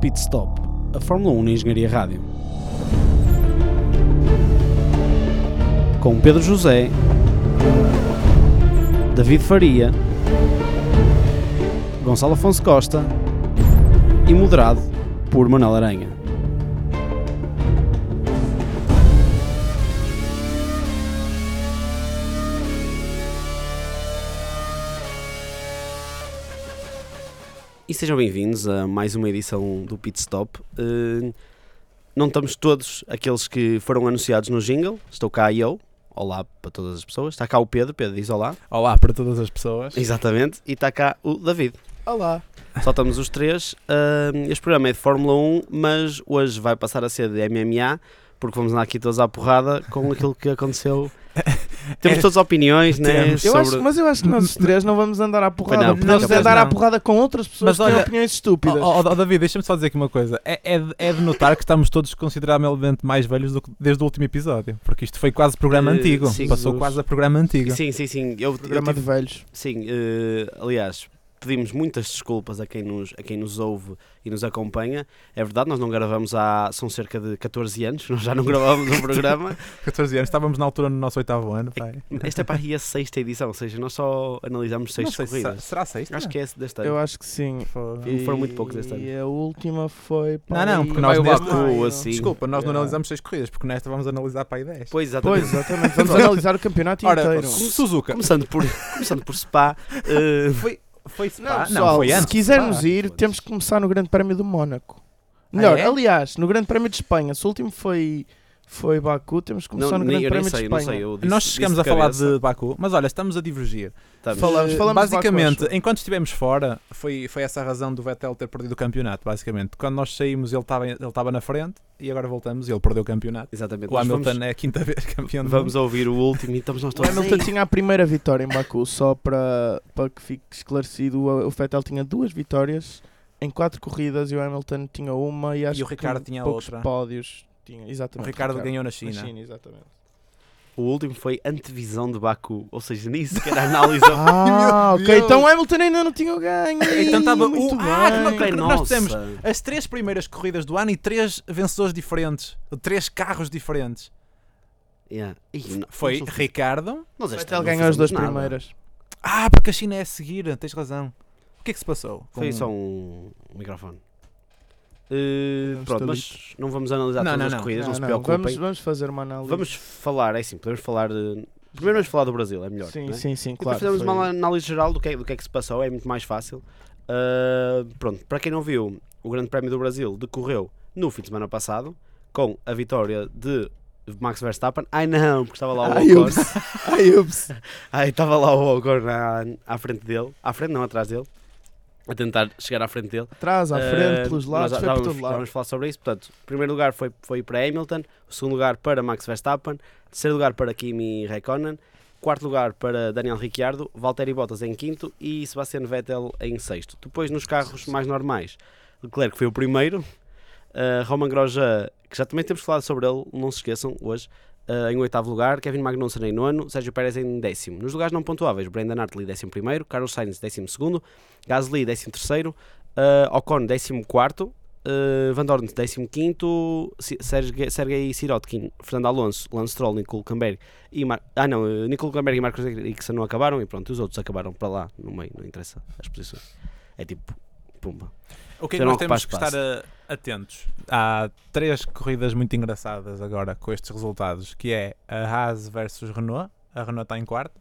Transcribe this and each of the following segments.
Pit Stop, a Fórmula 1 na Engenharia Rádio. Com Pedro José, David Faria, Gonçalo Afonso Costa e moderado por Manuel Aranha. E sejam bem-vindos a mais uma edição do Pit Stop. Eh, Não estamos todos aqueles que foram anunciados no jingle. Estou cá eu. Olá para todas as pessoas. Está cá o Pedro. Pedro diz olá. Olá para todas as pessoas. Exatamente. E está cá o David. Olá. Só estamos os três. Ah, este programa é de Fórmula 1, mas hoje vai passar a ser de MMA, porque vamos andar aqui todos à porrada com aquilo que aconteceu. Temos É. todas opiniões, né? Temos. Eu acho, sobre- mas eu acho que nós os três não vamos andar à porrada. não, podemos pois andar à não. porrada com outras pessoas Mas que têm olha- opiniões Oh, estúpidas. oh, oh, David, deixa-me só dizer aqui uma coisa. É, é de- é de notar que estamos todos consideravelmente mais velhos do que desde o último episódio. Porque isto foi quase programa Eh, antigo. sim. Passou Jesus. quase a programa antigo. Sim, sim, sim. Eu, eu Programa tive- de velhos. Sim, eh, aliás, pedimos muitas desculpas a quem, nos, a quem nos ouve e nos acompanha. É verdade, nós não gravamos há. são cerca de 14 anos, nós já não gravávamos um programa. 14 anos, estávamos na altura no nosso oitavo ano. Pai. Esta é para aí a sexta edição, ou seja, nós só analisamos seis Não sei se corridas. será né? sexta? Acho que é desta. Eu acho que sim. Fogo. E foram muito poucos este E ano. a última foi. Não, não, porque nós neste neste- Baku, assim. Desculpa, nós não É. analisamos seis corridas, porque nesta vamos analisar para aí 10. Pois, exatamente. Pois, é. exatamente. Vamos analisar o campeonato Ora, inteiro. um. Su- Suzuka. Começando por, começando por Spa, eh, Foi, foi Não, Spa? pessoal, foi antes. se quisermos Vá. ir, temos que começar no Grande Prémio do Mónaco. Melhor, Ah, é? aliás, no Grande Prémio de Espanha. Se o último foi, foi Baku, temos que não, começar no nem, Grande eu nem Prémio de sei, Espanha. não sei. Eu disse, Nós chegamos a disse falar cabeça. de Baku, mas olha, estamos a divergir. Estamos. Fala- Falamos- Eh, falamos de basicamente, Baco, acho. enquanto estivemos fora, foi, foi essa a razão do Vettel ter perdido o campeonato, basicamente. Quando nós saímos, ele estava ele estava na frente e agora voltamos e ele perdeu o campeonato. Exatamente. O Nós Hamilton é a quinta vez campeão do vamos, vamos mundo. ouvir o último e estamos nós O todos. Hamilton "Ei, tinha a primeira vitória em Baku, só para, para que fique esclarecido, o o Vettel tinha duas vitórias em quatro corridas e o Hamilton tinha uma e acho E o Ricardo que tinha poucos outra. pódios. Tinha, O exatamente. Ricardo ganhou na na China. China, exatamente. O último foi antevisão de Baku, ou seja, nem sequer é analisamos. Ah, Meu ok. Deus. Então o Hamilton ainda não tinha ganho. Então estava o- Muito Ah, que bem. bacana. Ok, nós nossa. temos- As três primeiras corridas do ano e três vencedores diferentes, três carros diferentes. Yeah. Ih, não- Foi nós não- Ricardo. Nós O este Vettel ano não ganhou as duas fizemos nada. primeiras. Ah, porque a China é a seguir, tens razão. O que é que se passou? Foi Com- só um microfone. Eh, Vamos pronto, ter mas não vamos analisar Não, todas não, as não. corridas, não, Não, se não, preocupem. Vamos, Vamos, vamos fazer uma análise. falar, é assim, podemos falar. De... Primeiro vamos falar do Brasil, é melhor. Sim, não é? sim, sim, E Depois claro. fizemos foi- um uma análise geral do que, é, do que é que se passou, é muito mais fácil. Ah, pronto, para quem não viu, o Grande Prémio do Brasil decorreu no fim de semana passado com a vitória de Max Verstappen. Ai não, porque estava lá o Ai, Ocon. ups. Ai, ups. Ai, estava lá o Ocon na- à frente dele, à frente não, atrás dele, a tentar chegar à frente dele. Atrás, à frente, Ah, pelos nós lados, já, foi já por vamos, todo já lado. vamos falar sobre isso. Portanto, o primeiro lugar foi, foi para Hamilton, o segundo lugar para Max Verstappen, o terceiro lugar para Kimi Raikkonen, o quarto lugar para Daniel Ricciardo, Valtteri Bottas em quinto e Sebastian Vettel em sexto. Depois, nos carros mais normais, Leclerc foi o primeiro, ah, Roman Grosjean, que já também temos falado sobre ele, não se esqueçam, hoje, ah, em oitavo lugar, Kevin Magnussen em nono, Sérgio Pérez em décimo. Nos lugares não pontuáveis, Brendan Hartley décimo primeiro, Carlos Sainz décimo segundo, Gasly décimo terceiro, ah, Ocon décimo quarto, ah, Van Dorn décimo quinto, Si- Serge- Sergei Sirotkin, Fernando Alonso, Lance Stroll, Nicole Camberg e Mar ah não, eh, Nicole Camberg e Marcos Ericsson não acabaram e pronto, os outros acabaram para lá no meio, não interessa as posições. É tipo, pumba. O que é Já que não nós ocupar temos que estar a- atentos? Há três corridas muito engraçadas agora com estes resultados, que é a Haas versus Renault. A Renault está em quarto.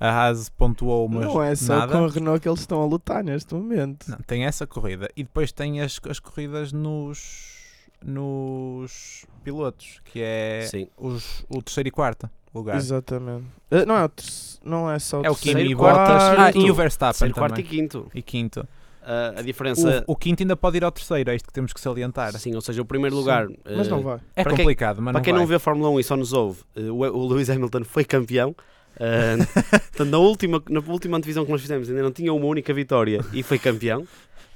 A Haas pontuou, mas Não é só nada. com a Renault que eles estão a lutar neste momento. Não, tem essa corrida. E depois tem as, as corridas nos, nos pilotos, que é Sim. os, o terceiro e quarto lugar. Exatamente. Eh, não, é o terce- não é só o É o terceiro, Kimi quarto, Bottas ah, quinto. e o Verstappen Terceiro, também. quarto e quinto. e quinto. Ah, a diferença. O, o quinto ainda pode ir ao terceiro, é isto que temos que salientar. Sim, ou seja, o primeiro Sim, lugar. Mas eh, não vai. É Para quem- complicado, mas Para quem não vai. vê a Fórmula 1 e só nos ouve, eh, o o Lewis Hamilton foi campeão. eh, portanto, na última, na última divisão que nós fizemos, ainda não tinha uma única vitória e foi campeão.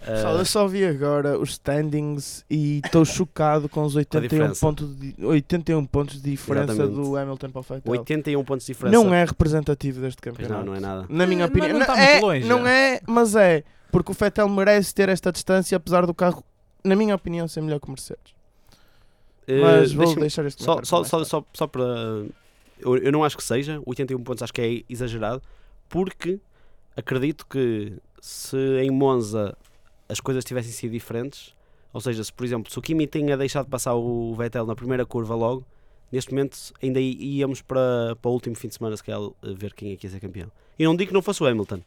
Eh, Pessoal, eu só vi agora os standings e estou chocado com os 81, diferença. ponto de, 81 pontos de diferença Exatamente. do Hamilton para o Vettel. 81 pontos de diferença. Não é representativo deste Pois campeonato. não, não é nada. Na minha Eh, mas opinião. não está é, muito longe. Não é, mas é. Porque o Vettel merece ter esta distância, apesar do carro na minha opinião, ser melhor que o Mercedes. Eh, Mas vou deixa-me- deixar este Só, comentário só, para só, mais só, só para. Eu, eu não acho que seja. 81 pontos acho que é exagerado. Porque acredito que se em Monza as coisas tivessem sido diferentes, ou seja, se por exemplo, se o Kimi tinha deixado passar o Vettel na primeira curva logo, neste momento ainda í- íamos para, para o último fim de semana, se calhar, eh, ver quem é que ia ser campeão. E não digo que não fosse o Hamilton.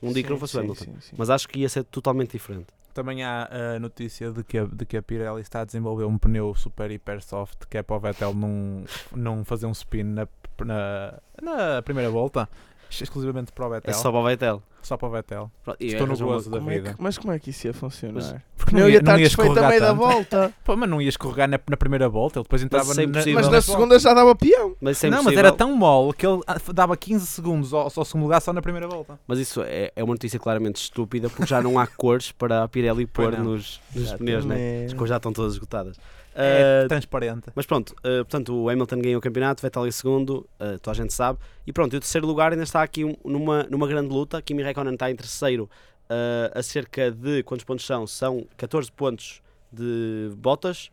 Não digo um que não fosse o Sim, Hamilton. sim, sim. Mas acho que ia ser totalmente diferente. Também há a notícia de que, a, de que a Pirelli está a desenvolver um pneu super hiper soft que é para o Vettel não, não fazer um spin na, na, na primeira volta, exclusivamente para o Vettel. É só para o Vettel. Só para o Vettel. Pronto, e Estou no arranjou uma- gozo da Como é vida. que- mas como é que isso ia funcionar? Porque não, ia estar desfeito a escorregar meio da tanto. volta. Pô, mas não ia escorregar na, na primeira volta, ele depois entrava isso é na, impossível. mas não. na segunda já dava peão. Mas isso é não, mas impossível. era tão mole que ele ah, dava 15 segundos ao, ao segundo lugar só na primeira volta. Mas isso é, é uma notícia claramente estúpida porque já não há cores para a Pirelli Pois pôr não. nos, nos pneus, né? As cores já estão todas esgotadas. É Ah, transparente. mas pronto, ah, portanto, o Hamilton ganhou o campeonato, Vettel em segundo, ah, toda a gente sabe. E pronto, e o terceiro lugar ainda está aqui um- numa, numa grande luta. Kimi Räikkönen está em terceiro ah, a cerca de quantos pontos são? São 14 pontos de botas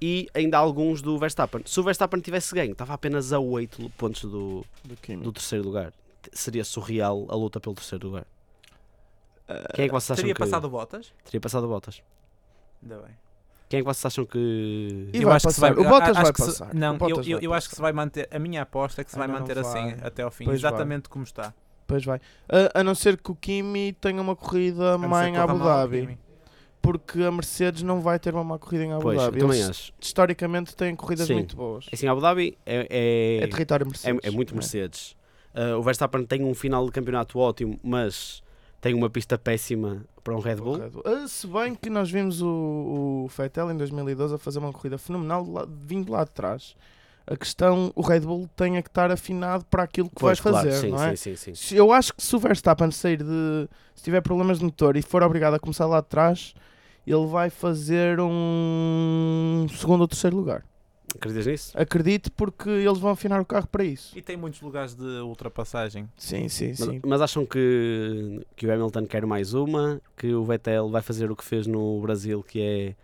e ainda alguns do Verstappen. Se o Verstappen tivesse ganho, estava apenas a 8 pontos do, Do Kimi. do terceiro lugar. T- Seria surreal a luta pelo terceiro lugar. Ah, Quem é que vocês acham Teria que passado botas? teria passado Bottas? Ainda bem. Quem é que vocês acham que. E- vai passar. O a- Bottas acho vai que se- passar. não, O Bottas eu, eu, vai eu acho que passar. se vai manter. A minha aposta é que se vai Ainda não manter vai. assim até ao fim, Pois vai. exatamente como está. Pois vai. A, a não ser que o Kimi tenha uma corrida A não ser má que em corra Abu mal, Dhabi. Kimi. porque a Mercedes não vai ter uma má corrida em Abu pois, Dhabi. eu também Eles acho. historicamente têm corridas Sim. muito boas. Assim, Abu Dhabi é, é, É, território Mercedes. né? é- é muito não Mercedes. Ah, o Verstappen tem um final de campeonato ótimo, mas tem uma pista péssima para um Red Bull. Red Bull. Ah, se bem que nós vimos o, o Fettel em 2012 a fazer uma corrida fenomenal do lado- vindo lá de trás. A questão, o Red Bull tem que estar afinado para aquilo que Pois, vai claro, fazer, sim, não é? sim, sim, sim. Se- Eu acho que se o Verstappen sair de. Se tiver problemas de motor e for obrigado a começar lá de trás, ele vai fazer um segundo ou terceiro lugar. Acreditas nisso? Acredito, porque eles vão afinar o carro para isso. E tem muitos lugares de ultrapassagem. Sim, sim, Mas, sim. mas acham que, que o Hamilton quer mais uma, que o Vettel vai fazer o que fez no Brasil, que é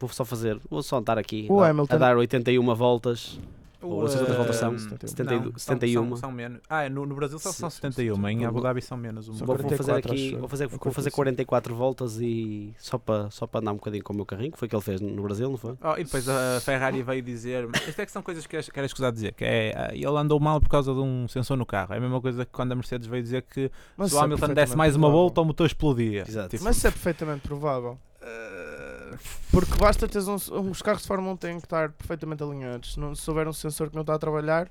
vou só fazer, vou só andar aqui O a- Hamilton- a dar 81 voltas. Ou as outras voltas são Ahm, 72, não, eh, são- 71. São, são menos. Ah, é, no, no Brasil só Sim, são são 71, em 71. Abu Dhabi são menos um São uma. Vou, vou fazer 44, aqui, acho vou fazer, eu. assim. vou fazer 44 voltas e só para só para andar um bocadinho com o meu carrinho, que foi o que ele fez no Brasil, não foi? Oh, e depois a Ferrari veio dizer. Isto é que são coisas que era escusado dizer. Que é, ah, ele andou mal por causa de um sensor no carro. É a mesma coisa que quando a Mercedes veio dizer que Mas se o isso é Hamilton perfeitamente desse mais uma provável. volta, o motor explodia. Exato. Tipo, Mas isso é perfeitamente provável. Porque basta teres um, uns carros de Fórmula 1 têm que estar perfeitamente alinhados. Se, não, se houver um sensor que não está a trabalhar,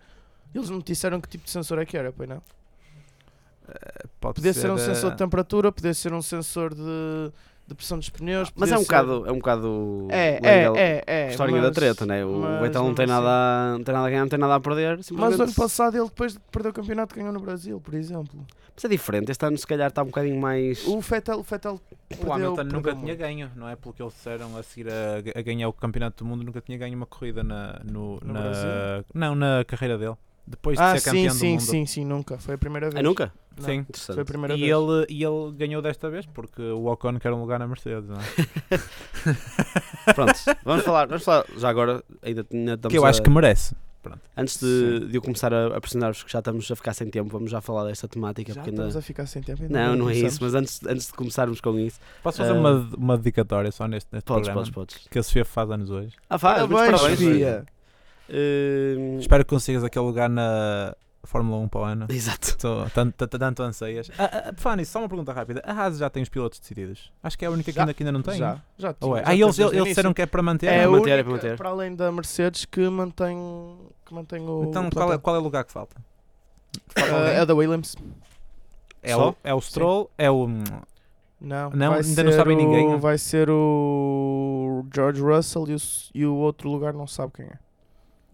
eles não te disseram que tipo de sensor é que era, pois não? ah, pode Podia ser, um ah, sensor de temperatura, podia ser um sensor de, de pressão dos pneus. Mas podia é um ser- bocado, é um bocado É, legal- é, é, é. a historinha da mas- treta, né? O mas Vettel não mesmo tem assim. nada, a- não tem nada a ganhar, não tem nada a perder. Mas simplesmente- o ano passado ele depois de perder o campeonato ganhou no Brasil, por exemplo. Mas é diferente, este ano se calhar está um bocadinho mais O Fettel, o Fettel O perdeu, Hamilton nunca perdeu tinha muito. ganho, não é? Pelo que eles disseram a seguir a, a ganhar o Campeonato do Mundo, nunca tinha ganho uma corrida na, no, No na- Brasil? não, na carreira dele. Depois de Ah, ser sim, campeão do sim, mundo. sim, sim, nunca. Foi a primeira vez. É nunca? Não, Sim. Interessante. Foi a primeira E vez. ele, e ele ganhou desta vez porque o Ocon quer um lugar na Mercedes, não é? Pronto, vamos falar, vamos falar já agora, ainda, ainda estamos que eu a- acho que merece. antes de, de eu começar a, a pressionar-vos que já estamos a ficar sem tempo, vamos já falar desta temática Já porque ainda- estamos a ficar sem tempo. ainda Não, não é começamos. isso, mas antes, antes de começarmos com isso, Posso fazer Ah. uma, uma dedicatória só neste, neste podes, programa? podes, podes. Que a Sofia faz anos hoje. Ah, faz, muitos Parabéns, parabéns. Sofia. Hum, Espero que consigas aquele lugar na Fórmula 1 para o ano. Exato. Tô- Tanto, tanto, tanto anseias. Ah, ah, por falar nisso, só uma pergunta rápida. A Haas já tem os pilotos decididos? Acho que é a única que Já. ainda, que ainda não tem. Já, já Ou é? tinha, já Ah, eles, temos desde eles, o eles disseram início. que é para manter. é para a manter, é única, para manter. para além da Mercedes, que mantém, que mantém o. Então, o qual é, plantel. qual é o lugar que falta? Ah, é da Williams? É Só? o, é o Stroll, é o. Não, Não, vai ainda não ser sabem o- ninguém. Vai ser o George Russell e o, s- e o outro lugar não sabe quem é.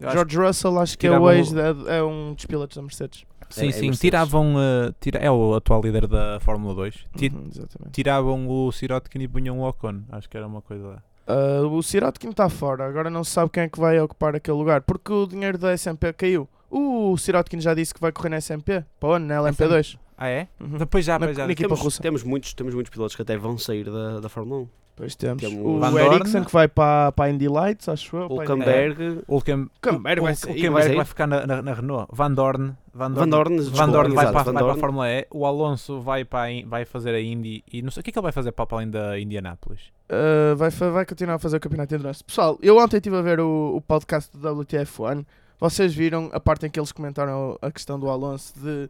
eu acho George Russell, acho que é tiravam o o- ex, da- é um dos pilotos da Mercedes. que- É- Sim, é sim. Mercedes. tiravam. eh, tira, é o atual líder da Fórmula 2. Ti- Uhum, exatamente. Tiravam o Sirotkin e punham o Ocon. Acho que era uma coisa. Ah, o Sirotkin está fora, agora não se sabe quem é que vai ocupar aquele lugar, Uh, porque o dinheiro da SMP caiu. O Sirotkin já disse que vai correr na SMP, para onde? Na LMP2. Ah, é? Uhum. Depois já, Na- depois já. na equipa temos, russa. temos muitos, temos muitos pilotos que até vão sair da, da Fórmula 1. Depois temos. Temos o é Van Dorn. Ericsson que vai para, para a Indy Lights, acho eu. para a Indy- Hulkenberg, O Hulken- Hulkenberg o vai Hulken- sair, Hulkenberg é vai sair. vai ficar na, na- na Renault. Van Dorn. Van Van Dorn. Dorn, Van Dorn vai, para, Van vai para a Dorn. Fórmula E, o Alonso vai, para a In- vai fazer a Indy e não sei o que é que ele vai fazer para para além da Indianápolis. Uh, vai, fa- vai continuar a fazer o campeonato endurance. Pessoal, eu ontem estive a ver o, o podcast do WTF1. Vocês viram a parte em que eles comentaram a questão do Alonso de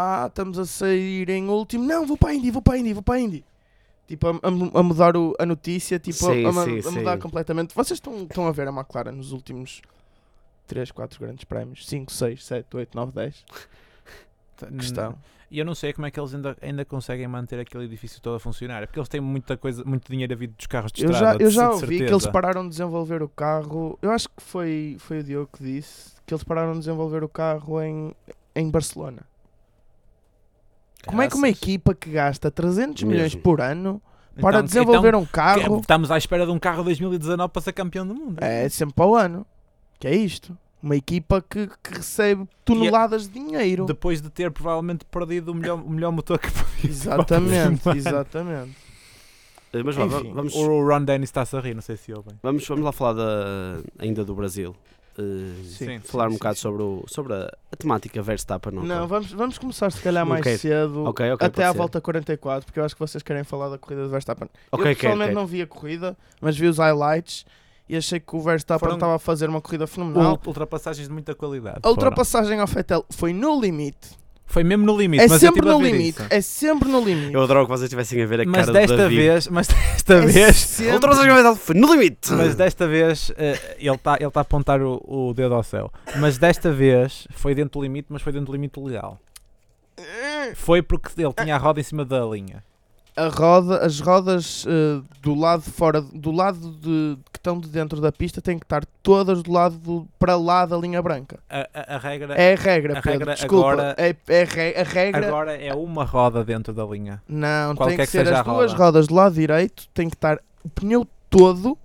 Ah, estamos a sair em último. Não, vou para a Indy, vou para a Indy, vou para a Indy. Tipo, a, a- a mudar o- a notícia, tipo, a- Sim, a, ma- sim, a mudar sim. completamente. Vocês estão estão a ver a McLaren nos últimos 3, 4 grandes prémios? 5, 6, 7, 8, 9, 10. Tá, Hum. Questão. E eu não sei como é que eles ainda, ainda conseguem manter aquele edifício todo a funcionar. É porque eles têm muita coisa, muito dinheiro a vir dos carros de Eu estrada. já, eu de- já de ouvi que certeza. eles pararam de desenvolver o carro. Eu acho que foi, foi o Diogo que disse que eles pararam de desenvolver o carro em, em Barcelona. Como é que uma Caraças. equipa que gasta 300 Mesmo. milhões por ano Então- para desenvolver um então, carro que- Estamos à espera de um carro 2019 para ser campeão do mundo. é sempre para o ano? Que é isto? Uma equipa que, que recebe toneladas de dinheiro. Depois de ter provavelmente perdido o melhor, o melhor motor que podia. Exatamente, exatamente. Eh, Mas vá, va- Enfim, vamos, O Ron Dennis está-se a rir, não sei se ouvem. vamos, vamos lá falar da, ainda do Brasil. Eh, Sim. falar um sim, bocado sim. sobre, o, sobre a, a temática Verstappen. Não, Não, claro. vamos, vamos começar se calhar mais Ok. cedo. Ok, ok, Até pode à ser. volta 44, porque eu acho que vocês querem falar da corrida do Verstappen. Ok, eu quero, pessoalmente quero. não vi a corrida, mas vi os highlights e achei que o Verstappen Foram- estava a fazer uma corrida fenomenal. Ult- Ultrapassagens de muita qualidade. A ultrapassagem ao Fettel foi no limite. Foram. Foi mesmo no limite. é mas sempre eu tive a no ver limite. isso. É sempre no limite. Eu adoro que vocês estivessem a ver a Mas cara do desta David. vez, mas desta É vez, sempre- Outra vez que vai dar- foi no limite. mas desta vez eh, ele está ele tá a apontar o, o dedo ao céu. Mas desta vez foi dentro do limite, mas foi dentro do limite legal. Foi porque ele tinha a roda em cima da linha. A roda, as rodas eh, do lado de fora, do lado de, que estão de dentro da pista, têm que estar todas do lado do- para lá da linha branca. A, a- a regra É a regra, a Pedro. regra Desculpa. agora- é, é re- a regra. agora é uma roda dentro da linha. Não, Qualquer tem que, que ser seja as a duas roda. rodas do lado direito, tem que estar o pneu todo.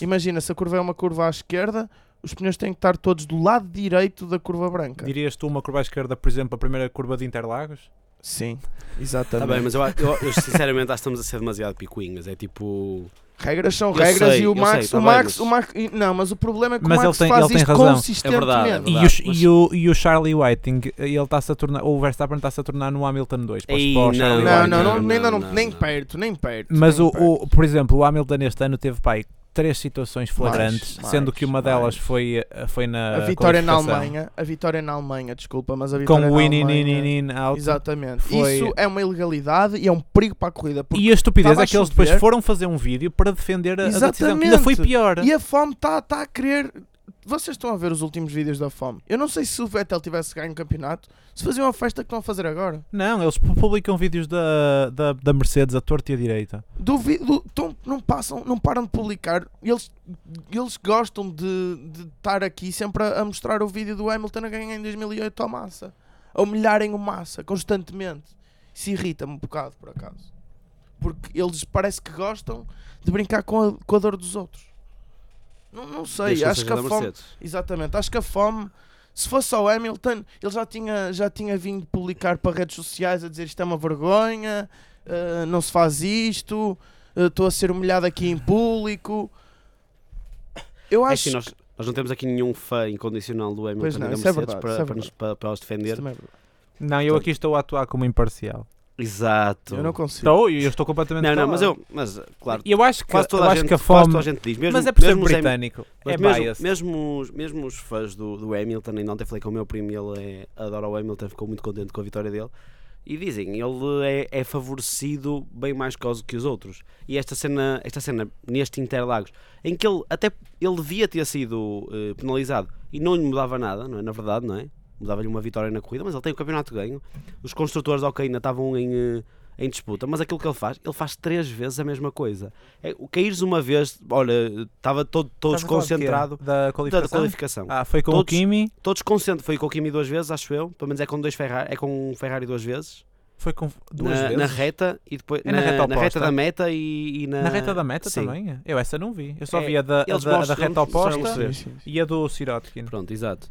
Imagina, se a curva é uma curva à esquerda, os pneus têm que estar todos do lado direito da curva branca. Dirias tu uma curva à esquerda, por exemplo, a primeira curva de Interlagos? Sim, Tá exatamente. bem, mas eu, eu- eu sinceramente acho que estamos a ser demasiado picuinhas. É tipo. Regras são Eu regras sei, e o eu sei, Max, tá o bem, Max, mas- o Max, e- não, mas o problema é que Mas o Max ele tem- faz ele tem isto razão. É verdade, consistentemente. é verdade. E o, mas- e o, e o Charlie Whiting, ele está-se a tornar, ou o Verstappen está-se a tornar no Hamilton 2. para o- Ei, para o não. Charlie Não, Whiting. não, não, Não, ainda não, não, nem não. perto, nem perto. Mas nem o, perto. o- por exemplo, o Hamilton este ano teve, pai, três situações Mais, flagrantes, mais, sendo que uma mais. delas foi, eh, foi na a vitória na qualificação, Alemanha, a vitória na Alemanha, desculpa, mas a Com vitória o na in, in, in, Alemanha. in, in, out. Exatamente. Foi- Isso é uma ilegalidade e é um perigo para a corrida. porque E a estupidez Tava a é que eles chover. depois foram fazer um vídeo para defender a, a decisão, que ainda foi Exatamente. pior. E a fome está tá a querer. Vocês estão a ver os últimos vídeos da fome. Eu não sei se o Vettel tivesse ganho o campeonato, se faziam a festa que estão a fazer agora. Não, eles pu- publicam vídeos da, da, da Mercedes à torta e à direita. Duvido, tão- não passam, não param de publicar. Eles, eles gostam de de estar aqui sempre a, a mostrar o vídeo do Hamilton a ganhar em 2008 ao Massa. A humilharem o Massa constantemente. Isso irrita-me um bocado, por acaso. Porque eles parece que gostam de brincar com a, com a dor dos outros. Não, não sei, deixa-me acho seja que a da fome Mercedes. Exatamente. Acho que a fome, se fosse ao Hamilton, ele já tinha, já tinha vindo publicar para redes sociais a dizer isto é uma vergonha, eh, não se faz isto, eh, estou a ser humilhado aqui em público. Eu É acho assim, nós, nós não temos aqui nenhum fã incondicional do Hamilton Pois não, e da isso é Mercedes verdade, para, isso é para, nos, verdade. para, para os que isso defender. também é verdade. Não, eu aqui estou a atuar como imparcial. Exato. Eu não consigo. Estou, eu estou completamente. não, não, calado. mas eu. Mas, claro, E Eu acho que, quase toda, eu a acho gente, que a quase fome. toda a gente diz. Mesmo, mas é por ser mesmo os Ham- britânico. Mas é mesmo, biased. mesmo os, mesmo os fãs do, do Hamilton, ainda ontem falei com o meu primo, e ele é- adora o Hamilton, ficou muito contente com a vitória dele. E dizem, ele é, é favorecido bem mais causa que os outros. E esta cena, esta cena neste Interlagos, em que ele até ele devia ter sido eh, penalizado e não lhe mudava nada, não é? Na verdade, não é? Mudava-lhe uma vitória na corrida, mas ele tem o campeonato ganho. Os construtores, ok, ainda estavam em, eh, em disputa, mas aquilo que ele faz, ele faz três vezes a mesma coisa. É, o caíres uma vez, olha, estava todo, todo Estás a falar de quê? desconcentrado Da da qualificação. qualificação. Ah, foi com o Todos- Kimi. Todos concentrados. Foi com o Kimi duas vezes, acho eu. Pelo menos é com dois Ferrari, é com um Ferrari duas vezes. Foi com duas na, vezes. na reta e depois É na reta oposta. da meta e, e na, Na reta da meta Sim. também? Eu essa não vi. Eu só É, vi a da, a eles da- a da mostram- reta eles mostram- oposta Sim, e a do Sirotkin. Pronto, exato.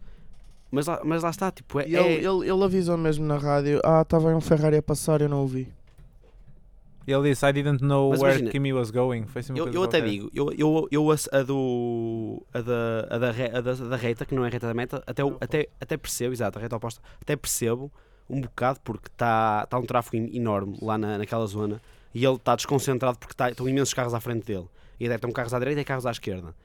Mas lá, mas lá está, tipo, é. E é- ele, ele, ele avisou mesmo na rádio: Ah, estava um Ferrari a passar, eu não o vi. Ele disse, I didn't know Mas where imagina, Kimi was going. Foi assim uma eu, coisa eu até qualquer. digo, eu, eu, eu a, a do. A da, a, da, re- a da, a da reta, que não é reta da meta, até, eu- até, até percebo, exato, a reta oposta, até percebo um bocado porque está tá um tráfego en- enorme lá na, naquela zona e ele está desconcentrado porque tá, estão imensos carros à frente dele. E até estão carros à direita e carros à esquerda.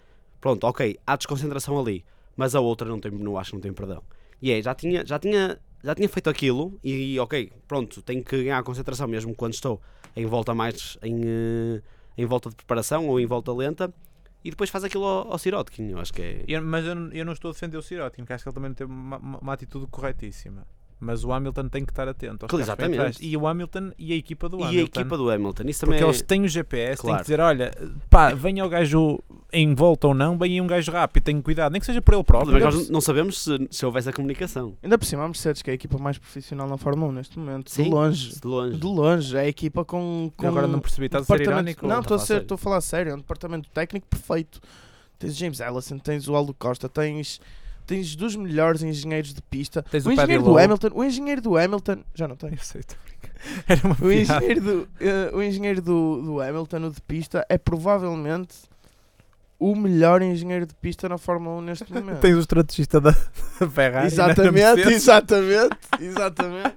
Pronto, ok, há desconcentração ali, mas a outra não, tem, não acho que não tem perdão. E é, já tinha, já tinha, já tinha feito aquilo e ok, pronto, tenho que ganhar a concentração mesmo quando estou em volta mais em, eh, em volta de preparação ou em volta lenta e depois faz aquilo ao, ao Sirotkin, eu acho que é. E eu- mas eu, não- eu não estou a defender o Sirotkin, que acho que ele também teve uma, uma- uma atitude corretíssima. Mas o Hamilton tem que estar atento. aos Claro, carros que vêm exatamente. atrás. E o Hamilton e a equipa do Hamilton. E a equipa do Hamilton, isso também Porque é- eles têm o GPS, têm Claro. que dizer, olha, pá, venha o gajo em volta ou não, venha um gajo rápido, tenho cuidado, nem que seja por ele Tudo bem próprio. que é, nós não sabemos se, se houvesse a comunicação. Ainda por cima, a Mercedes, que é a equipa mais profissional na Fórmula 1 neste momento, Sim. de longe. De longe. De longe, é a equipa com. com Eu agora não percebi, estás a ser departamento- irónico? Não, estou a, falar ser, sério? estou a falar sério. É um departamento técnico perfeito. Tens James Ellison, tens o Aldo Costa, tens, tens dos melhores engenheiros de pista. Tens o o Paddy engenheiro do Lowe. Hamilton, o engenheiro do Hamilton. Já não tem. Eu sei, estou a brincar. Era uma O piada. engenheiro do, eh, o engenheiro do, do Hamilton, o de pista, é provavelmente o melhor engenheiro de pista na Fórmula 1 neste momento. Tens o estrategista da, da Ferrari. né? da Exatamente, Mercedes, exatamente, exatamente.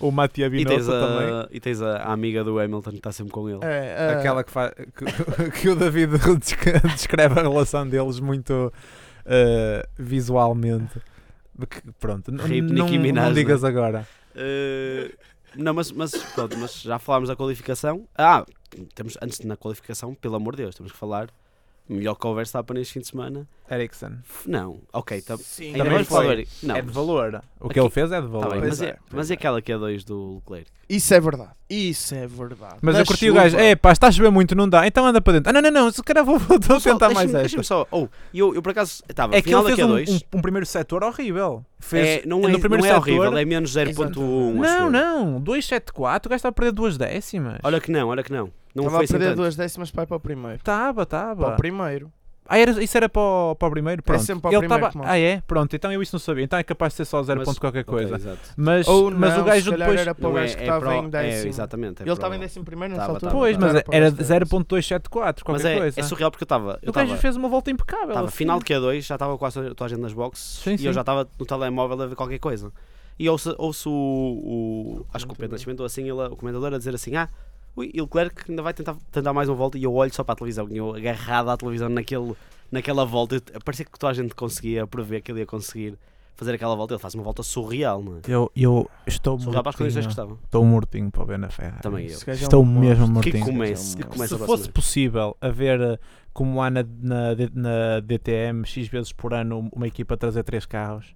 O Mattia E tens, Binotto também. a, e tens a, a amiga do Hamilton que está sempre com ele. É, eh, Aquela que, fa- que, que o David descre- descreve a relação deles muito eh, visualmente. Que- pronto, n- Rip não, Nicki Minaj, não né? digas agora. Eh, não, mas, mas, pronto, mas já falámos da qualificação. Ah, temos, antes de na qualificação, pelo amor de Deus, temos que falar. Melhor que o Verstappen este fim de semana. Ericsson. F- Não, ok, tá, Sim, ainda Também vamos falar do foi. Eric. Não, é de valor. O Aqui- que ele fez é de tá valor. bem, mas, Pois é, é, mas é aquela que é 2 do Leclerc. Isso é verdade. Isso é verdade. Mas Na eu curti o chuva. gajo. É, pá, está a chover muito, não dá. Então anda para dentro. Ah, não, não, não. Se calhar vou, vou Pessoal, tentar mais deixa-me- esta. deixa-me só. Oh, eu, eu por acaso estava. É que final ele da fez um, Q2. um- um primeiro setor horrível. Fez, um é, não é, no primeiro não é setor, horrível, é menos 0.1. acho Não, eu. não. 274. O gajo está a perder duas décimas. Olha que não, olha que não. Não Estava foi a assim perder tanto. duas décimas para ir para o primeiro. Estava, Para o estava. primeiro. tá, Ah, era, isso era para o, para o primeiro? Pronto. É sempre para o Ele primeiro tava- que mostra. Ah, é? Pronto, então eu isso não sabia. Então é capaz de ser só 0 Mas- ponto qualquer Ok, coisa. exato. Mas, Ou mas não, o gajo se calhar depois... era para o Não é- gajo que é estava pro- em décimo. É, exatamente. é Ele estava em pro- décimo primeiro nessa Tava, altura. tava, Pois, tava. mas é, para o era gajo décimo. 0.274, Mas qualquer é, coisa. é surreal porque eu estava. Eu o gajo estava. fez uma volta impecável. Estava assim. final de Q2, já estava quase toda- toda a gente nas boxes Sim, e eu sim. já estava no telemóvel a ver qualquer coisa. E ouço, ouço o, o- Acho que o Pedro Nascimento ou assim, ele- o comendador a dizer assim: Ah, ui, e o Leclerc ainda vai tentar, tentar mais uma volta. E eu olho só para a televisão, e eu agarrado à televisão naquele, naquela volta. eu- parecia que toda a gente conseguia prever que ele ia conseguir fazer aquela volta. Ele faz uma volta surreal, não é? Eu, eu estou Surreal para as condições que mortinho. estavam. Estou mortinho para o ver na Ferrari. Também eu. Esse gajo é um Estou monstro. mesmo Que mortinho. é comece, que comece Se a próxima fosse vez. possível haver eh, como há na, na, D- na DTM X vezes por ano um, uma equipa a trazer três carros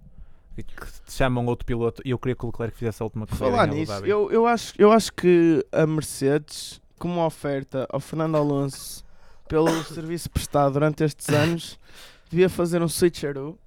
e que se chamam outro piloto e eu queria que o Leclerc fizesse a última corrida. Falar em Abu nisso, Dhabi. eu, eu, acho, eu acho que a Mercedes, como oferta ao Fernando Alonso pelo serviço prestado durante estes anos, devia fazer um switcheroo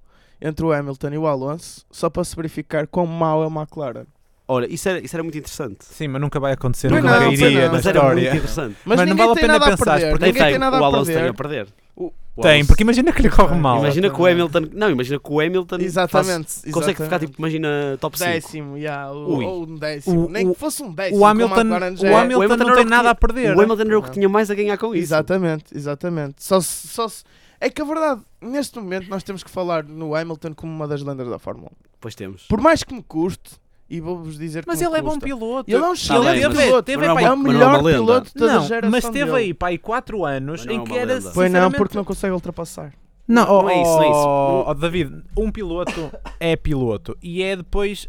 entre o Hamilton e o Alonso só para se verificar quão mau é o McLaren. Ora, isso era, isso era muito interessante. Sim, mas nunca vai acontecer, Não, nunca não, foi iria não. na Mas era muito história. interessante. Mas Mas, não ninguém vale a tem pena nada a pensar, perder. porque Nem Ninguém tem, tem, nada o a Alonso tem perder. a perder. O- O Tem, Alonso- porque imagina que lhe corre mal. Imagina que o Exatamente. Hamilton. Não, imagina que o Hamilton. faz- Exatamente. consegue exatamente. ficar tipo, imagina, top 5. décimo, yeah, o- Ui. ou um décimo. O- Nem o- que fosse um décimo. O Hamilton, como a McLaren já é. o Hamilton Hamilton não era o tem que nada tinha- a perder. né? O Hamilton era o que tinha mais a ganhar com isso. Exatamente, exatamente. Só se, só se- É que a verdade, neste momento, nós temos que falar no Hamilton como uma das lendas da Fórmula 1. Pois temos. Por mais que me custe, e vou-vos dizer que Mas me ele é bom custa, piloto. Ele é um bem, excelente mas- piloto. teve mas não aí- é É uma- o mas não é melhor uma lenda. piloto de toda a Não, geração. mas teve dele. aí, pá, aí 4 anos Mas não é em uma que era. lenda. Foi não, sinceramente, porque não consegue ultrapassar. Não, Não oh, é isso, não é isso. oh, oh, David, um piloto é piloto e é depois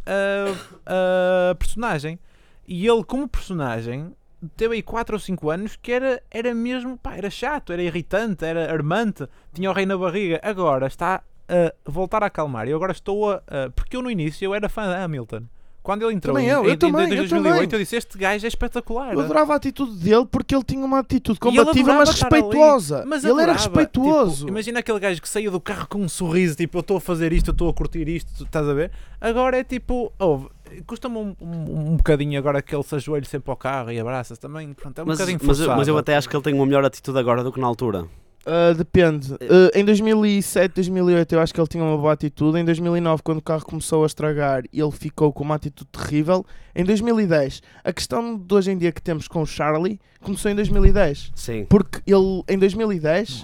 a, a personagem. E ele, como personagem, teve aí 4 ou 5 anos que era, era mesmo, pá, era chato, era irritante, era armante, tinha o rei na barriga. Agora está a voltar a acalmar. Eu agora estou a. a- porque eu no início eu era fã de Hamilton. Quando ele entrou Também em, eu, eu em- em também, eu 2008, também. eu disse: Este gajo é espetacular. Eu adorava a atitude dele porque ele tinha uma atitude E ele combativa, adorava mas estar ali. respeituosa. Mas ele era adorava. respeituoso. Tipo, imagina aquele gajo que saiu do carro com um sorriso, tipo, eu estou a fazer isto, eu estou a curtir isto, tu- estás a ver? Agora é tipo, ouve, custa-me um, um, um bocadinho agora que ele se ajoelhe sempre ao carro e abraça-se também, pronto, é um mas, bocadinho mas, eu- forçado. mas eu até acho que ele tem uma melhor atitude agora do que na altura. Ah, depende. Ah, em 2007, 2008 eu acho que ele tinha uma boa atitude. Em 2009, quando o carro começou a estragar, ele ficou com uma atitude terrível. Em 2010, a questão de hoje em dia que temos com o Charlie começou em 2010. Sim. Porque ele, em 2010,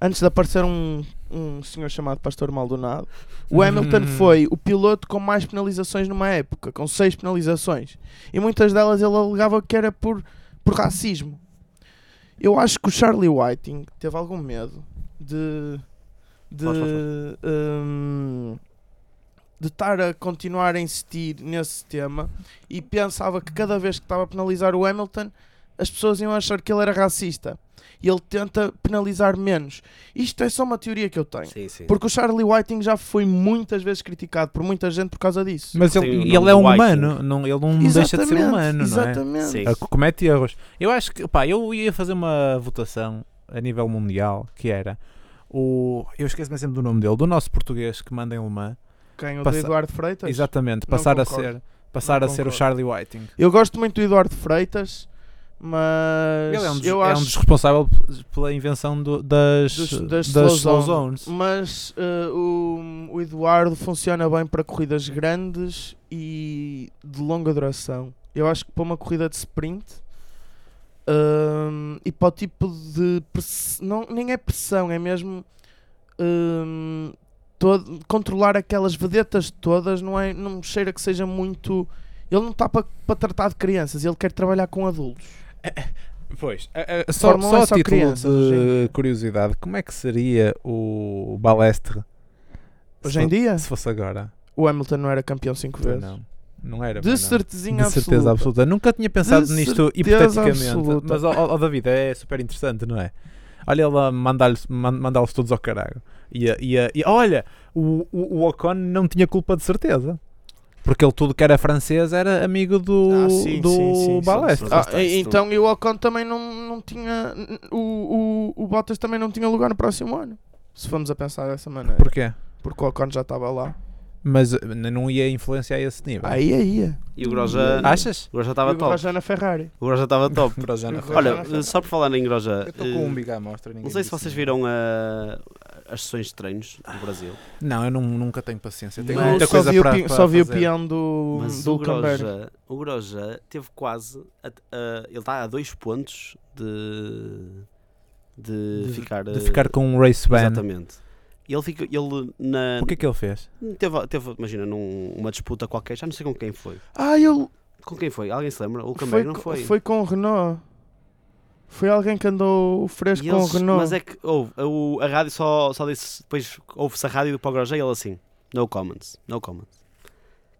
antes de aparecer um, um senhor chamado Pastor Maldonado, o Uhum. Hamilton foi o piloto com mais penalizações numa época, com seis penalizações. E muitas delas ele alegava que era por, por racismo. Eu acho que o Charlie Whiting teve algum medo de. de. Faz, faz, hum, de estar a continuar a insistir nesse tema e pensava que cada vez que estava a penalizar o Hamilton as pessoas iam achar que ele era racista e ele tenta penalizar menos. Isto é só uma teoria que eu tenho. Sim, sim. Porque o Charlie Whiting já foi muitas vezes criticado por muita gente por causa disso. Mas Tem o ele, ele nome é do né? humano, não, ele não deixa de ser humano, não é? exatamente. Sim. Ah, Comete erros. Eu acho que, pá, eu ia fazer uma votação a nível mundial, que era o. Eu esqueço-me sempre do nome dele, do nosso português que manda em alemã. Quem? O Passa- do Eduardo Freitas? Exatamente, Não passar a concordo. ser. Passar Não a ser o concordo. Charlie Whiting. Eu gosto muito do Eduardo Freitas, mas Ele é um dos, eu é um acho dos responsável p- pela invenção do- das, Dos- das, das slow slow zones. Mas eh, o, o Eduardo funciona bem para corridas grandes e de longa duração. Eu acho que para uma corrida de sprint hum, e para o tipo de. press- Não, nem é pressão, é mesmo. hum, todo- controlar aquelas vedetas todas não, é, não me cheira que seja muito. Ele não está para para tratar de crianças, ele quer trabalhar com adultos. Pois, é- é, só, Fórmula só um é a só título crianças hoje em de curiosidade, como é que seria o Balestre se Hoje em fo- dia, Se fosse agora? o Hamilton não era campeão cinco Pois vezes. Não, não era. De pois não. certezinha De certeza absoluta. absoluta. Nunca tinha pensado nisto certeza hipoteticamente. absoluta. Mas, ó, ó, David, é super interessante, não é? Olha ela mandar-lhes man- mandá-los todos ao caralho. E, a- e, a- e olha, o, o, o Ocon não tinha culpa de certeza. Porque ele tudo que era francês era amigo do, Ah, sim, do sim, sim, sim. Balestre. Mas Ah, lá está, e- isso então e o Ocon também não, não tinha. n- O, o, o Bottas também não tinha lugar no próximo ano. Se formos a pensar dessa maneira. Porquê? Porque o Ocon já estava lá. Mas eh, não ia influenciar esse nível. Aí, aí. E o Groja. Achas? O Groja estava Estava e o top. Grosjean na Ferrari. O Groja estava top. foi. Olha, eh, só por falar em Groja. estou eh, com um né? biga à mostra. Não sei se vocês viram ah, as sessões de treinos no Brasil. Não, eu não- nunca tenho paciência. Eu Tenho Mas- muita só coisa vi, o, para, pi- para só vi o fazer. peão do, Mas do o Luckenberg. Groja, o Groja teve quase. a- a- ele está a dois pontos de. de, De- ficar. De ah, ficar com um race ban. Exatamente. Ele, fica, ele na, O que é que ele fez? teve, teve, imagina, num- uma disputa qualquer, já não sei com quem foi. Ah, eu. Com quem foi? Alguém se lembra? O Foi, Cambeiro não co- foi. foi. com o Renault. Foi alguém que andou fresco E com o eles- Renault. mas é que houve, o- a rádio só, só disse, depois ouve-se a rádio para o Groja e ele assim, no comments, no comments.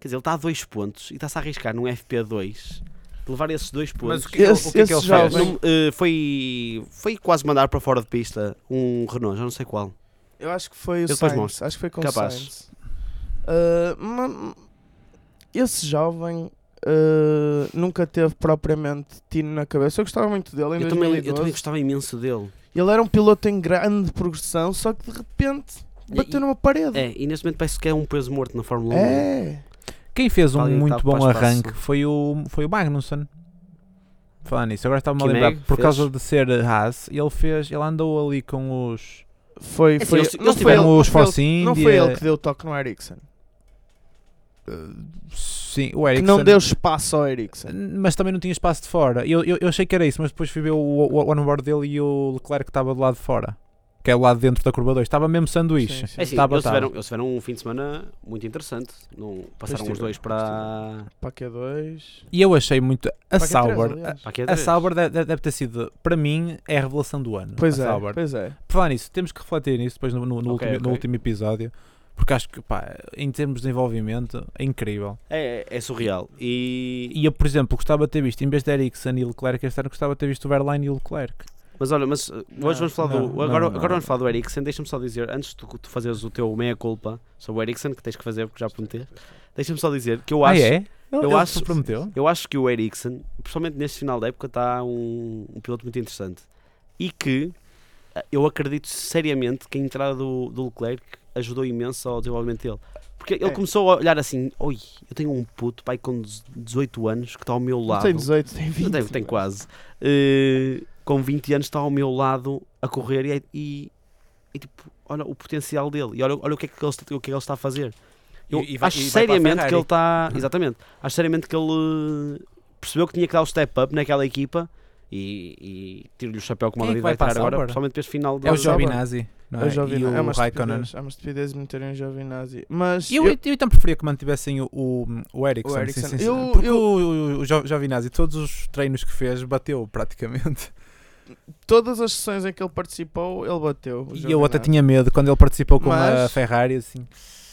Quer dizer, ele está a dois pontos e está-se a arriscar num FP2 de levar esses dois pontos. Mas o que, é que ele- Esse- o que é que esse ele jovem- fez? Não, eh, foi, foi quase mandar para fora de pista um Renault, já não sei qual. Eu acho que foi o depois Sainz. mostro. Acho que foi com Capaz. o Sainz. Ah, ma- esse jovem ah, nunca teve propriamente tino na cabeça. Eu gostava muito dele em Eu também, 2012. eu também gostava imenso dele. Ele era um piloto em grande progressão, só que de repente bateu E- numa parede. É, e neste momento parece que é um peso morto na Fórmula 1. É. Quem fez um Alguém que muito estava para bom o espaço. arranque foi o, foi o Magnussen. Falar nisso, agora estava-me a Kimi lembrar, por fez. causa de ser Haas, ele fez, ele andou ali com os. Foi, assim, foi, eles- não eles foi tiveram ele, o não foi ele- esforcinho Não de- foi ele que deu o toque no Ericsson. Sim, o Que Ericsson. não deu espaço ao Ericsson. Mas também não tinha espaço de fora. Eu, eu, eu achei que era isso, mas depois fui ver o, o, o onboard dele e o Leclerc que estava do lado de fora, que é o lado dentro da curva 2. Estava mesmo sanduíche. Sim, sim. É assim, Tava, eles, tava. tiveram, eles tiveram um fim de semana muito interessante. Não, passaram os tiveram, dois para. Para Q2. E eu achei muito. A Para Q3, Sauber. aliás. para aqui A atrás. Sauber de- de- deve ter sido, para mim, é a revelação do ano. Pois a é, Sauber. pois é. Por falar nisso, temos que refletir nisso depois no, no- no Ok, último, no ok. último episódio, porque acho que, pá, em termos de envolvimento, é incrível. É, é surreal. E, E eu, por exemplo, gostava de ter visto, em vez de Ericsson e Leclerc este ano, gostava de ter visto o Verlaine e o Leclerc. Mas olha, mas uh, hoje Não, vamos falar não, do. não, agora não. agora vamos falar do Eriksen. Deixa-me só dizer, antes de tu, tu fazeres o teu meia-culpa sobre o Eriksen, que tens que fazer porque já prometeste, deixa-me só dizer que eu ah, acho, é? Ele- eu ele acho- se prometeu. eu acho que o Eriksen, principalmente neste final da época, está um, um piloto muito interessante. E que uh, eu acredito seriamente que a entrada do, do Leclerc ajudou imenso ao desenvolvimento dele. Porque ele É. começou a olhar assim: oi, eu tenho um puto, pai com 18 anos, que está ao meu Não lado. tem 18, tem Eu 20. tenho, tenho quase. Eh, com 20 anos está tá ao meu lado a correr e, e, e, tipo, olha o potencial dele e olha, olha o, que é que ele, está- o que é que ele está a fazer. Eu E- e vai- acho e vai para a seriamente que Ferrari. ele está. Exatamente. Acho seriamente que ele eh, percebeu que tinha que dar o step up naquela equipa e, e tiro-lhe o chapéu como Quem o é Madrid vai que vai tirar para a agora, Sauber? principalmente para este final do É o Sauber. Giovinazzi, não é? É o Giovinazzi. E É o uma Raikkonen. estupidez, é uma estupidez meterem o Giovinazzi. Mas Eu, eu, eu então preferia que mantivessem o, o, o Ericsson. O Ericsson. sim, sim, sim. Eu- Porque eu- o, o Jo- Giovinazzi, todos os treinos que fez, bateu praticamente. todas as sessões em que ele participou, ele bateu. o E eu até Giovinazzi. tinha medo quando ele participou com a Mas- Ferrari. Assim,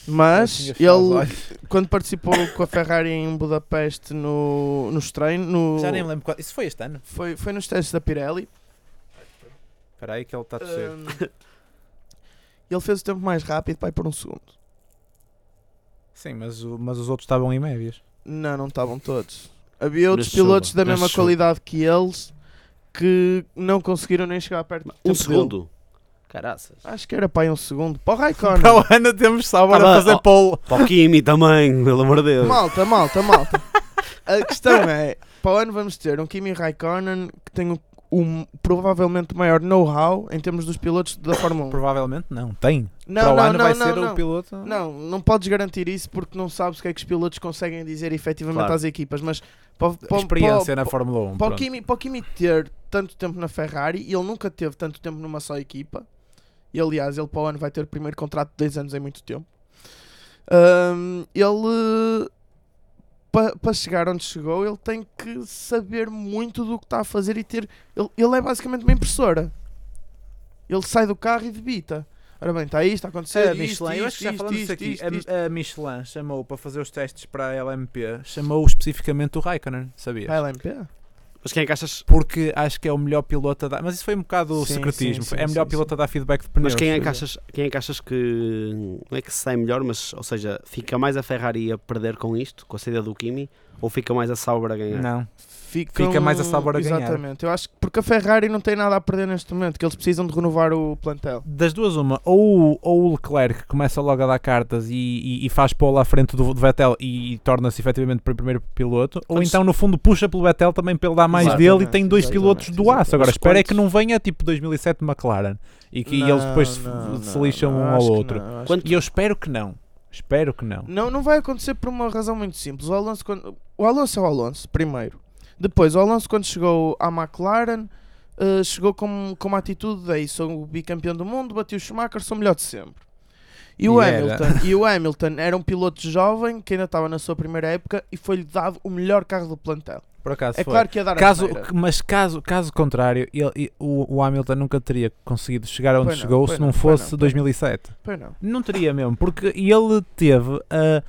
Mas eu tinha fechado os ele, olhos. quando participou com a Ferrari em Budapeste no, nos treinos, no, Já nem me lembro. qual- Isso foi este ano? foi, foi nos testes da Pirelli, Espera aí que ele está a descer. hum, ele fez o tempo mais rápido para ir por um segundo. Sim, mas, o- mas os outros estavam em médias. Não, não estavam todos. Havia outros Na chuva, pilotos da na mesma chuva. qualidade que eles que não conseguiram nem chegar perto do Um tempo dele. segundo. Caraças. Acho que era para aí um segundo. Para o Raikkonen. Para o ano temos Sauber Ah, a fazer oh. pole. Para o Kimi também, pelo amor de Deus. Malta, malta, malta. A questão é, para o ano vamos ter um Kimi Raikkonen que tem o o- provavelmente o maior know-how em termos dos pilotos da Fórmula 1. Provavelmente não. Tem. Não, para o não, ano não, vai não, ser não. o piloto. Não, não podes garantir isso porque não sabes o que é que os pilotos conseguem dizer efetivamente Claro. às equipas, mas para, para, Experiência para, na Fórmula 1. para o pronto. Kimi, para o Kimi ter tanto tempo na Ferrari e ele nunca teve tanto tempo numa só equipa. E aliás, ele para o ano vai ter o primeiro contrato de 10 anos em muito tempo. Ahm, ele para chegar onde chegou, ele tem que saber muito do que está a fazer e ter. Ele, ele é basicamente uma impressora. Ele sai do carro e debita. Ora bem, está isto, está a acontecer. A isto, É, Michelin, isto, eu acho que já isto, falamos isto, aqui. isto, a- isto. a, Michelin chamou para fazer os testes para a LMP, chamou especificamente o Raikkonen, Para a sabias? LMP? Mas quem é que achas? Porque acho que é o melhor piloto a dar. Mas isso foi um bocado Sim, secretismo. sim, sim, é o melhor sim, piloto a dar feedback de pneus. né? Mas quem é que achas, quem é que achas que não é que sai melhor, mas ou seja, fica mais a Ferrari a perder com isto, com a saída do Kimi, ou fica mais a Sauber a ganhar? Não. Ficam- Fica mais a Sauber a ganhar. Exatamente, eu acho que porque a Ferrari não tem nada a perder neste momento, que eles precisam de renovar o plantel. Das duas, uma, ou, ou o Leclerc começa logo a dar cartas e, e, e faz pole à frente do, do Vettel e, torna-se efetivamente o primeiro piloto, ou Quando então no fundo puxa pelo Vettel também para ele dar mais Exatamente, dele e tem dois pilotos exatamente, do aço. exatamente. Agora Mas espera é quando- que não venha tipo 2007 McLaren e que eles depois se- se lixam um ao outro. Quanto- E eu espero que não. Espero que não. Não, não vai acontecer por uma razão muito simples. O Alonso, quando- o Alonso é o Alonso, primeiro. Depois, o Alonso, quando chegou à McLaren, eh, chegou com, com uma atitude de "Ei, sou o bicampeão do mundo, bati o Schumacher, sou o melhor de sempre. E o, E era. Hamilton, e o Hamilton era um piloto jovem que ainda estava na sua primeira época e foi-lhe dado o melhor carro do plantel. Por acaso É claro que ia dar Caso, a geneira. mas caso, caso contrário, ele, e- o, o Hamilton nunca teria conseguido chegar onde Pois não, chegou pois se não, não, pois fosse não, pois não. 2007. Pois não. Não teria mesmo, porque ele teve a,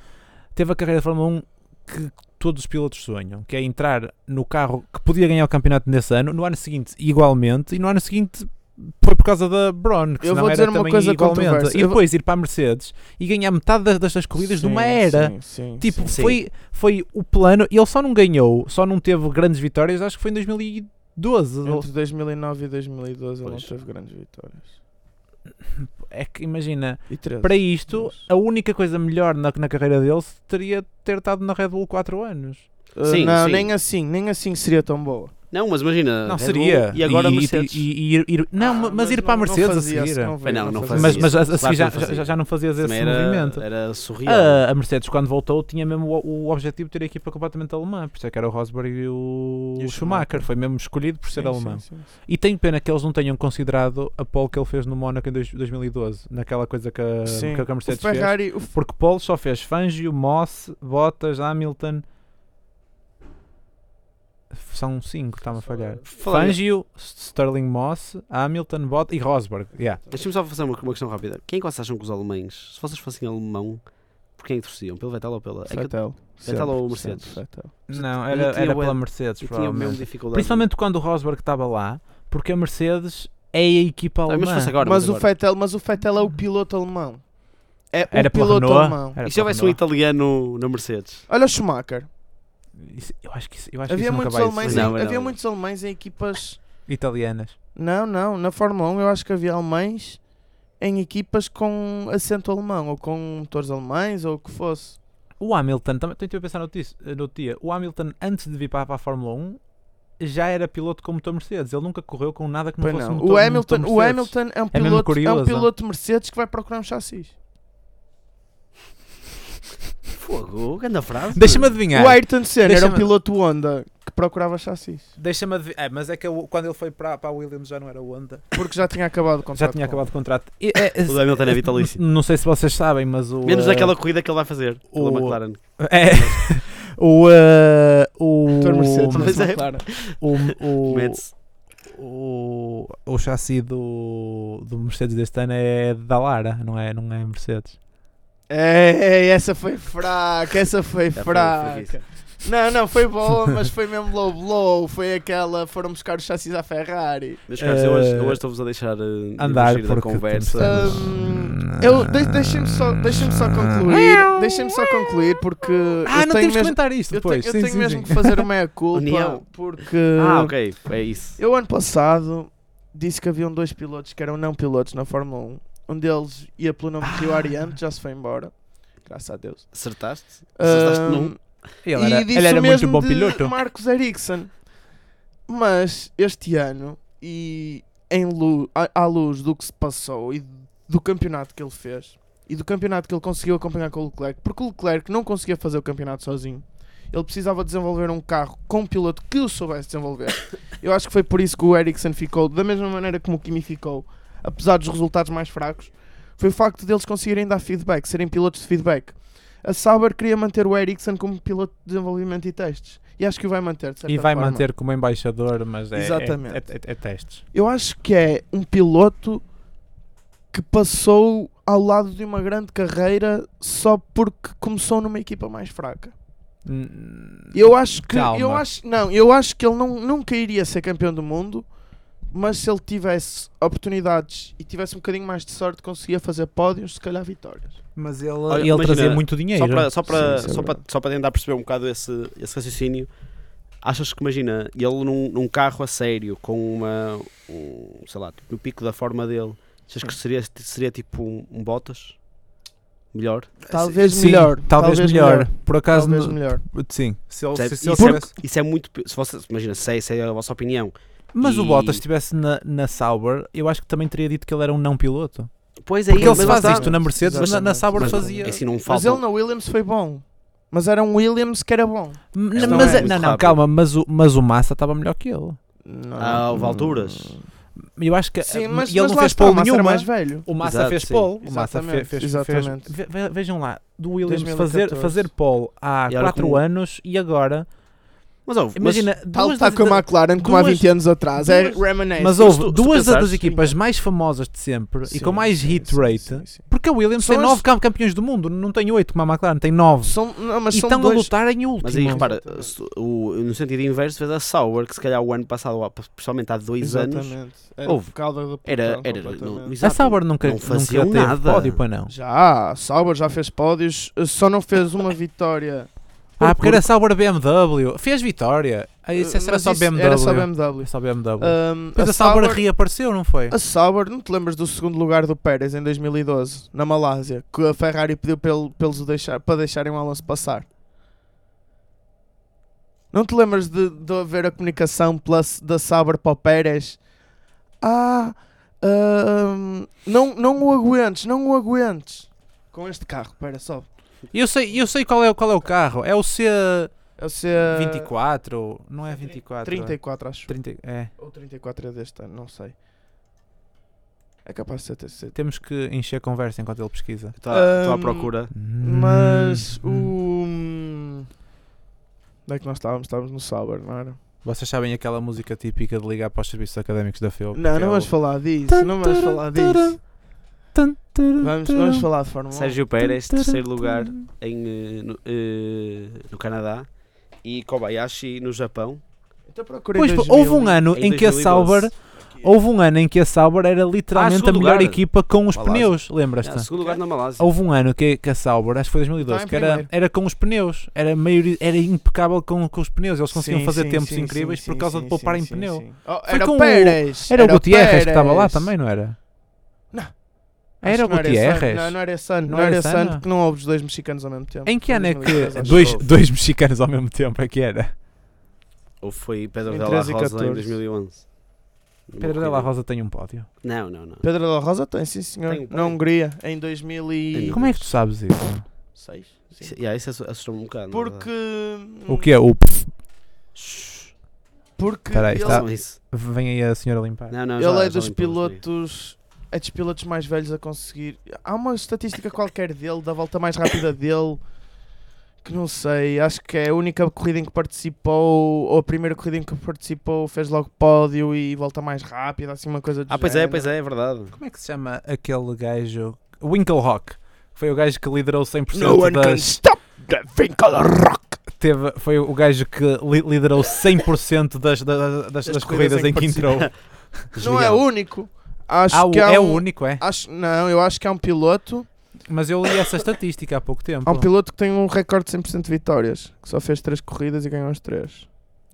teve a carreira de Fórmula 1 que todos os pilotos sonham, que é entrar no carro que podia ganhar o campeonato nesse ano, no ano seguinte igualmente, e no ano seguinte foi por causa da Bron, que Eu senão vou era dizer uma também coisa igualmente. controversa. E Eu vou- depois ir para a Mercedes e ganhar metade das, das suas corridas de uma era. Sim, sim, Tipo, Sim. Foi, foi o plano. E ele só não ganhou, só não teve grandes vitórias, acho que foi em 2012. Entre 2009 e 2012 ele não Pois. teve grandes vitórias. É que imagina, E 13. para isto, Mas- a única coisa melhor na, na carreira dele teria ter estado na Red Bull 4 anos. Uh, Sim, não, sim. nem assim, nem assim seria tão boa. Não, mas imagina. não, Ah, Red seria. Bull E agora e, Mercedes. E, e ir, ir- não, Ah, mas, ir para a não- Mercedes não a fazia-se, seguir. não Bem, não, não fazia-se. Mas, fazia. mas a, a Claro que seguir já, não fazia. já, já não fazias esse Também era, movimento. Ah, era surreal. A, a Mercedes, quando voltou, tinha mesmo o, o objetivo de ter a equipa completamente alemã. Por isso é que era o Rosberg e o, E o Schumacher. Schumacher. Foi mesmo escolhido por ser Sim, alemão. sim, sim, sim. E tenho pena que eles não tenham considerado a pole que ele fez no Mónaco em dois- 2012, naquela coisa que a, Sim. Ah, que a Mercedes o Ferrari, o fez. Porque pole só fez Fangio, Moss, Bottas, Hamilton. São cinco, está-me a falhar. Falando- Fangio, Sterling Moss, Hamilton, Bottas e Rosberg. Yeah. Deixa-me só fazer uma, uma questão rápida. Quem é que vocês acham que os alemães, se vocês fossem alemão, por quem é que torciam? Pelo Vettel ou pela. É que eu- Vettel. Vettel ou Sempre, Mercedes? sempre Vettel. Não, eu era, tinha era bué- pela Mercedes, eu tinha mesmo provavelmente. dificuldade. Principalmente quando o Rosberg estava lá, porque a Mercedes é a equipa Ah, alemã. mas fosse agora. Mas, o agora. Vettel, mas o Vettel é o piloto alemão. É Era o Um pela piloto Renault. alemão. Era E se pela houvesse um Renault. italiano na Mercedes? Olha o Schumacher. Isso- Eu acho que isso, eu acho que Havia isso nunca muitos vai alemães, existir. em, Não, era havia não. muitos alemães em equipas. Italianas. Não, não. Na Fórmula 1 eu acho que havia alemães em equipas com acento alemão ou com motores alemães ou o que fosse. O Hamilton, também tenho a pensar no, tis- no dia, o Hamilton antes de vir para, para a Fórmula 1 já era piloto como motor Mercedes. Ele nunca correu com nada que não Pois fosse não. um motor O Hamilton, motor o Mercedes. Hamilton é um mesmo piloto, é um curioso. piloto Mercedes que vai procurar um chassis. Fogo, grande frase. Deixa-me adivinhar. O Ayrton Senna era um É. Deixa-me- piloto Honda que procurava chassis. Deixa-me adivinhar. É, mas é que eu- quando ele foi para, para a Williams já não era Honda. Porque já tinha acabado o contrato. Já tinha com acabado o contrato. E, O Hamilton é vitalício. Não sei se vocês sabem, mas o. Menos eh, aquela corrida que ele vai fazer pela o- McLaren. É. o. eh, o. Doutor Mercedes, Pois mas é. claro. O. O. Mete-se. O. O chassi do. Do Mercedes deste ano é da Lara, não é? Não é Mercedes. Ei, É, essa foi fraca, essa foi Já foi fraca. fraquíssimo. Não, não, foi boa, mas foi mesmo low blow. Foi aquela, foram buscar os chassis à Ferrari. Meus caros, eu hoje, Eh, eu hoje estou-vos a deixar eh, Andar emergir da porque conversa. temos- Hum, eu- de- deixem-me só- deixem-me só concluir, deixem-me só concluir, porque Ah, não eu tenho temos que mesmo- comentar isto Eu tenho, depois. eu Sim, tenho sim, mesmo sim. que fazer uma meia culpa, União. porque Ah, ok, é isso. eu ano passado disse que haviam dois pilotos que eram não pilotos na Fórmula 1. Um deles ia pelo nome de Ah. Rio Ariante, já se foi embora. Graças a Deus. Acertaste? Acertaste Ahm, num. Ele era, e disse ele era o muito mesmo bom de piloto. Marcos Ericsson. Mas este ano, e em lu- à, à luz do que se passou e do campeonato que ele fez e do campeonato que ele conseguiu acompanhar com o Leclerc, porque o Leclerc não conseguia fazer o campeonato sozinho. Ele precisava desenvolver um carro com um piloto que o soubesse desenvolver. Eu acho que foi por isso que o Ericsson ficou, da mesma maneira como o Kimi ficou, apesar dos resultados mais fracos, foi o facto deles conseguirem dar feedback, serem pilotos de feedback. A Sauber queria manter o Ericsson como piloto de desenvolvimento e testes. E acho que o vai manter, de certa E vai forma. manter como embaixador, mas é, é- Exatamente. é, é- é testes. Eu acho que é um piloto que passou ao lado de uma grande carreira só porque começou numa equipa mais fraca. Eu acho que Calma. eu acho, não, eu acho que ele não, nunca iria ser campeão do mundo, mas se ele tivesse oportunidades e tivesse um bocadinho mais de sorte, conseguia fazer pódios, se calhar vitórias. Mas ele, Olha, ele imagina, trazia muito dinheiro. Só para, só, para, Sim, sim, é só, para, só para tentar perceber um bocado esse, esse raciocínio, achas que, imagina, ele num, num carro a sério, com uma. Um, sei lá, tipo, no pico da forma dele, achas que seria, seria tipo um, um Bottas? Melhor? Talvez Sim, melhor, Talvez, melhor. Por acaso, talvez no- melhor. sim. Se ele, Percebe? se- se ele Isso é- tivesse- Isso é muito. pi- Se você, imagina, se é, se é a vossa opinião. Mas o E- Bottas estivesse na, na Sauber, eu acho que também teria dito que ele era um não piloto. Pois é, Porque ele mas se lá faz está. isto na Mercedes, mas na, na Exatamente. Sauber Mas, fazia. Assim, não falta. Mas ele na Williams foi bom. Mas era um Williams que era bom. Mas, Não, mas- é não, muito não, rápido. calma, mas o, mas o Massa estava melhor que ele. Não. Ah, houve alturas. Eu acho que Sim, e mas, É, ele mas não lá fez está, o pole né? Massa era nenhuma. mais velho. O Massa Exato, fez sim. pole. O Massa fe- Exatamente, fez, exatamente. fez- ve- Vejam lá, do Williams 2014. fazer, fazer pole há E olha 4 como- anos e agora. Mas, ouve, mas- Imagina, Tal duas está das- com a McLaren como há duas- 20 anos atrás. É duas- reminiscent. Mas se houve tu- se tu duas pensares, das sim. equipas mais famosas de sempre e Sim, com mais sim, hit sim, rate. sim, sim. Porque a Williams São tem as- 9 campeões do mundo, não tem 8 como a McLaren, tem 9. São, não, mas E são estão a dois- lutar em último. Mas aí repara, Exatamente. se- o, no sentido inverso, fez a Sauer, que se calhar o ano passado, ou há- principalmente há dois anos, Exatamente. Era Houve. por causa do era. pelotão, era completamente. não, a exato, Sauber nunca, não nunca faziam teve nada. pódio, pois não. Já, a Sauber já fez pódios, só não fez uma vitória. é Ah, porque era Sauber BMW. Fez vitória. Ah, isso era Mas só isso BMW. Era só BMW. Foi só BMW. Um, Depois a Sauber, reapareceu, não foi? a Sauber, não te lembras do segundo lugar do Pérez em 2012, na Malásia, que a Ferrari pediu para ele- para eles o deixar, para deixarem o Alonso passar? Não te lembras de, de haver a comunicação pela, da Sauber para o Pérez? Ah, um, não, não o aguentes, não o aguentes. Com este carro, pera, sobe. Eu sei, eu sei qual, é, qual é o carro. É o C24. É o C- Não é 24. 34, acho. 30, é. Ou 34 é deste ano, não sei. É capaz de ser TC. Temos que encher a conversa enquanto ele pesquisa. Estou à- estou à Ahm, procura. Mas Hum. o. Onde é que nós estávamos? Estávamos no Sauber, não era? Vocês sabem aquela música típica de ligar para os serviços académicos da é FEU? Não, não vamos falar disso. Não vamos falar disso. Vamos, vamos falar de um Fórmula 1. Sérgio Pérez, terceiro lugar em, eh, no, eh, no Canadá e Kobayashi no Japão. Então procurei Pois, 2000. houve um ano em em, que a 2012. Sauber. é. Houve um ano em que a Sauber era Ah, literalmente segundo a melhor lugar. equipa com os Malásia. pneus, Ah, lembras-te? segundo lugar na Malásia. Houve um ano que, que a Sauber, acho que foi 2012, Está em que era, primeiro. era com os pneus, era, maiori- era impecável com, com os pneus, eles conseguiam Sim, fazer sim, tempos sim, incríveis sim, por sim, causa sim, de poupar em sim, pneu. sim. Oh, Foi era com o o- Pérez. Era, o Gutierrez Pérez. que estava lá também, não era? Não. Era o Acho que não esse ano. Gutierrez. Não, não era esse ano. Não Não era era esse esse ano? ano, porque não houve os dois mexicanos ao mesmo tempo. Em que Foi ano é que 2013, acho dois, houve. dois mexicanos ao mesmo tempo é que era? Ou foi Pedro Em Della 13 e Rosa em 14. 2011? Numa Pedro corrida. Della Rosa tem um pódio. Não, não, não. Pedro da Rosa tem, sim senhor. Tem um Na pódio. Hungria, em 2006. Como é que tu sabes isso? Isso, yeah, isso assu- assustou-me um bocado. na Porque. verdade. O que é? O pf, hum, Porque Espera aí, ele, está- Não, isso. vem aí a senhora limpar. Não, não, ele já- é já dos limpamos, amigo. pilotos. É dos pilotos mais velhos a conseguir. Há uma estatística qualquer dele, da volta mais rápida dele. Que não sei, acho que é a única corrida em que participou, ou a primeira corrida em que participou, fez logo pódio e volta mais rápida, assim uma coisa do Ah, pois é, pois é, é verdade. Como é que se chama aquele gajo? Winkelhock. Foi o gajo que liderou é. 100% No one can das... stop the Finkel Rock! Teve, foi o gajo que li- liderou 100% das, das, das, das corridas em que entrou. Não é o único. Acho Ah, o- que há é o um- único, é. Acho, não, eu acho que há um piloto. Mas eu li essa estatística há pouco tempo. Há um piloto que tem um recorde de 100% de vitórias, que só fez 3 corridas e ganhou as 3.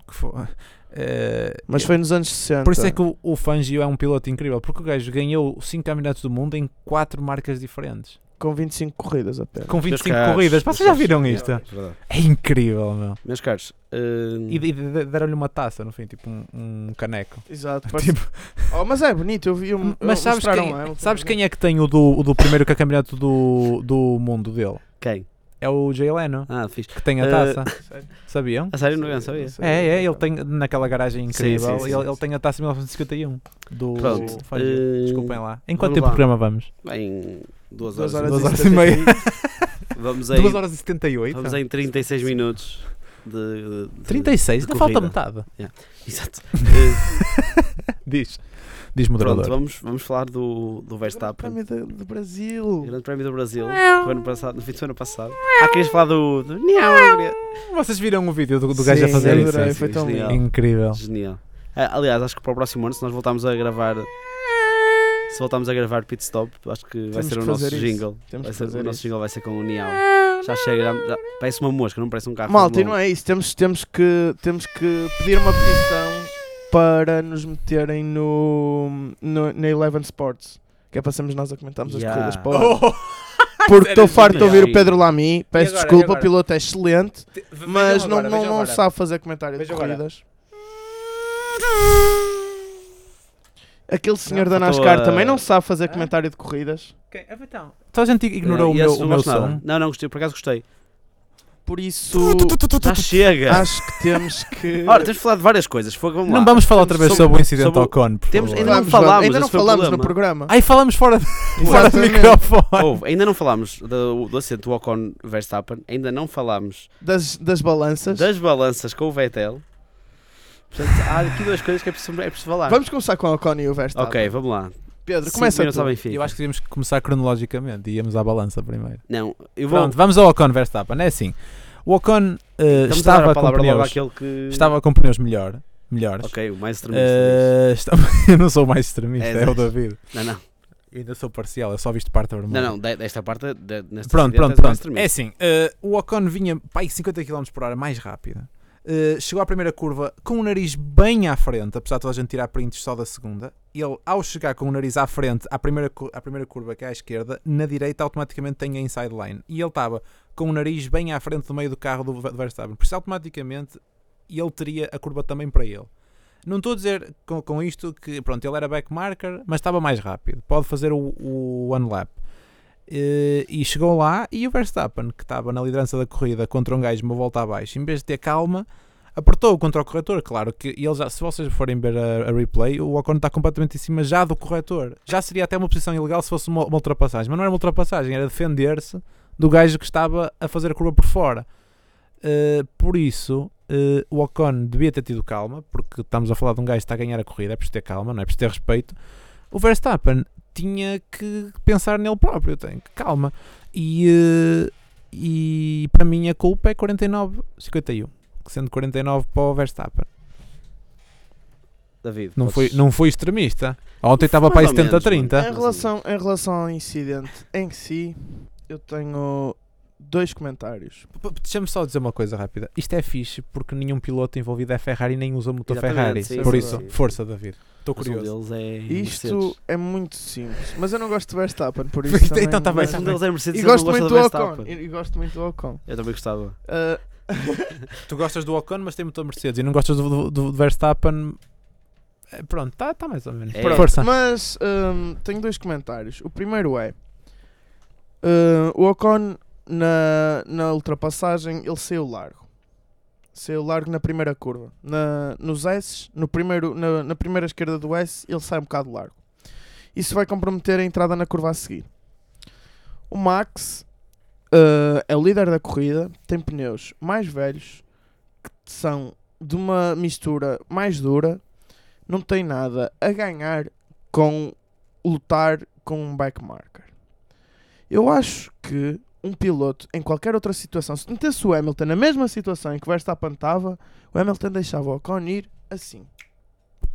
Que foi- eh, Mas foi nos anos 60. Por isso é que o, o Fangio é um piloto incrível, porque o gajo ganhou 5 campeonatos do mundo em 4 marcas diferentes. Com 25 corridas apenas. Com Meus 25 caros, corridas. meus Vocês já caros, viram é isto? verdade. É incrível, meu. Meus caros, hum, E, e de- deram-lhe uma taça no fim, tipo um, um caneco. Exato. parece- Oh, mas é bonito, eu vi um. Tipo- Mas sabes mostraram quem, lá, Hamilton. sabes quem é que tem o do, o do primeiro campeonato do, do mundo dele? quem? É o Jay Leno, Ah, fiz. que tem a Eh, taça. Sabiam? A sério, não, não sabia. É, é, ele tem naquela garagem Sim, incrível. sim, sim, ele, sim. ele tem a taça de 1951 do Pronto, Fangio. eh, Desculpem lá. Em vamos quanto tempo lá. de programa vamos? Em duas horas, Duas horas, Duas horas e e meia. 75. Vamos aí. 2 horas e 78? Vamos em 36 minutos de. de- de- 36? de Não falta corrida. metade. Exato. Eh, Diz. Diz moderador. pronto, vamos, vamos falar do, do Grande Verstappen. Prémio do, do Brasil. Grande Prémio do Brasil. que Ano passado, no fim de semana passado. Ah, querias falar do. do... Não, queria- é Vocês viram o vídeo do, do gajo a Sim, fazer eu isso? é, adorei, sim, foi tão sim, lindo. sim. Incrível. Genial. Ah, aliás, acho que para o próximo ano, se nós voltarmos a gravar. Se voltarmos a gravar Pit Stop, acho que vai Temos ser o que nosso fazer isso. jingle. Temos Vai que ser, fazer o nosso isso. jingle vai ser com o Niau. Já chega. já- parece uma mosca, não parece um carro. Malta, e Fórmula não é isso. Temos, temos, que, temos que pedir uma petição para nos meterem no, no- na Eleven Sports. Que é para sermos nós a comentarmos Yeah. as corridas. Para o ano. Porque estou farto de genial. ouvir o Pedro Lamy. agora, Peço Oh, e desculpa, o agora? piloto é excelente. Mas não, não, não sabe fazer comentário de Vejam agora. corridas. Aquele senhor da eu tô NASCAR a- também não sabe fazer Hã? comentário de corridas. Então, toda a gente ignorou É, o e meu, esse o não meu gosto nada. som. Não, não gostei, por acaso gostei. Por isso, Já chega! acho que temos que. Ora, temos de falar de várias coisas. Fogo, vamos Não lá. vamos falar outra vez Sobre- sobre o incidente sobre- ao Con, por Temos- favor. ainda não Vamos, falámos, ainda não esse foi o falámos no problema. programa. Ai, falamos fora, de- fora do Exatamente. microfone. Ouve, ainda não falámos do, do acidente do Ocon Verstappen, ainda não falámos Das, das balanças. das balanças com o Vettel. Portanto, há aqui duas coisas que é preciso, é preciso falar. Vamos começar com a Connie e o Verstappen. Ok, vamos lá. Pedro, Cinco começa minutos tu. ao Benfica. Eu acho que devíamos começar cronologicamente. Íamos à balança primeiro. Não, eu vou. Pronto, vamos ao Ocon Verstappen. É assim. O Ocon eh, Estamos a dar estava a com palavra logo pneus. àquele que. Estava com pneus melhor. Melhores. Ok, o mais extremista. disso. Eh, estava- eu não sou o mais extremista, É, é, o exato. David. Não, não, Eu ainda sou parcial, eu só visto parte vermelha. não, não, de- desta parte. de- neste Pronto, acidente, és pronto, o mais pronto. extremista. É assim, eh, o Ocon vinha pai, 50 km por hora mais rápida. Eh, chegou à primeira curva com o nariz bem à frente, apesar de toda a gente tirar prints só da segunda. Ele, ao chegar com o nariz à frente, à primeira, cu- à primeira curva que é à esquerda, na direita automaticamente tem a inside line. E ele estava com o nariz bem à frente do meio do carro do Ver- Verstappen. Por isso, automaticamente, ele teria a curva também para ele. Não estou a dizer com, com isto que, pronto, ele era backmarker, mas estava mais rápido. Pode fazer o, o one lap. Eh, e chegou lá e o Verstappen, que estava na liderança da corrida contra um gajo uma volta abaixo, em vez de ter calma, apertou contra o corretor. Claro que ele já, se vocês forem ver a, a replay, o Ocon está completamente em cima já do corretor. Já seria até uma posição ilegal se fosse uma, uma ultrapassagem, mas não era uma ultrapassagem, era defender-se do gajo que estava a fazer a curva por fora. Eh, por isso, eh, o Ocon devia ter tido calma, porque estamos a falar de um gajo que está a ganhar a corrida, é preciso ter calma, não é preciso ter respeito. O Verstappen tinha que pensar nele próprio, tem que calma. E, eh, e para mim a culpa é 49-51, que sendo 49 para o Verstappen. David. Não foi, podes- não foi extremista. Ontem estava Mais para aí ou menos, 70-30. Em relação, em relação ao incidente em si, eu tenho dois comentários. P- É, p- Deixa-me só dizer uma coisa rápida. Isto é fixe porque nenhum piloto envolvido é Ferrari nem usa motor Exatamente, Ferrari. sim, Por sim, isso, sim. força, David. Estou Mas curioso. Um deles é. Isto Mercedes. é muito simples, mas eu não gosto de Verstappen, por Pois, isso. também então tá bem, Mas mas- tá um bem. deles é Mercedes E ele não gosto gosta muito do do Ocon. Verstappen. E e gosto muito do Ocon. Eu também gostava. Ah, tu gostas do Ocon, mas tem motor Mercedes e não gostas do, do, do Verstappen. É, Pronto, está tá mais ou menos. É. Pronto, Pronto, Força. Mas hum, tenho dois comentários. O primeiro é: hum, o Ocon na, na ultrapassagem ele saiu largo. Saiu largo na primeira curva. Na, nos S, no primeiro, na, na primeira esquerda do S, ele sai um bocado largo. Isso vai comprometer a entrada na curva a seguir. O Max hum, é o líder da corrida, tem pneus mais velhos, que são de uma mistura mais dura, não tem nada a ganhar com lutar com um backmarker. Eu acho que um piloto, em qualquer outra situação, se metesse o Hamilton na mesma situação em que o Verstappen estava, o Hamilton deixava o Ocon ir assim.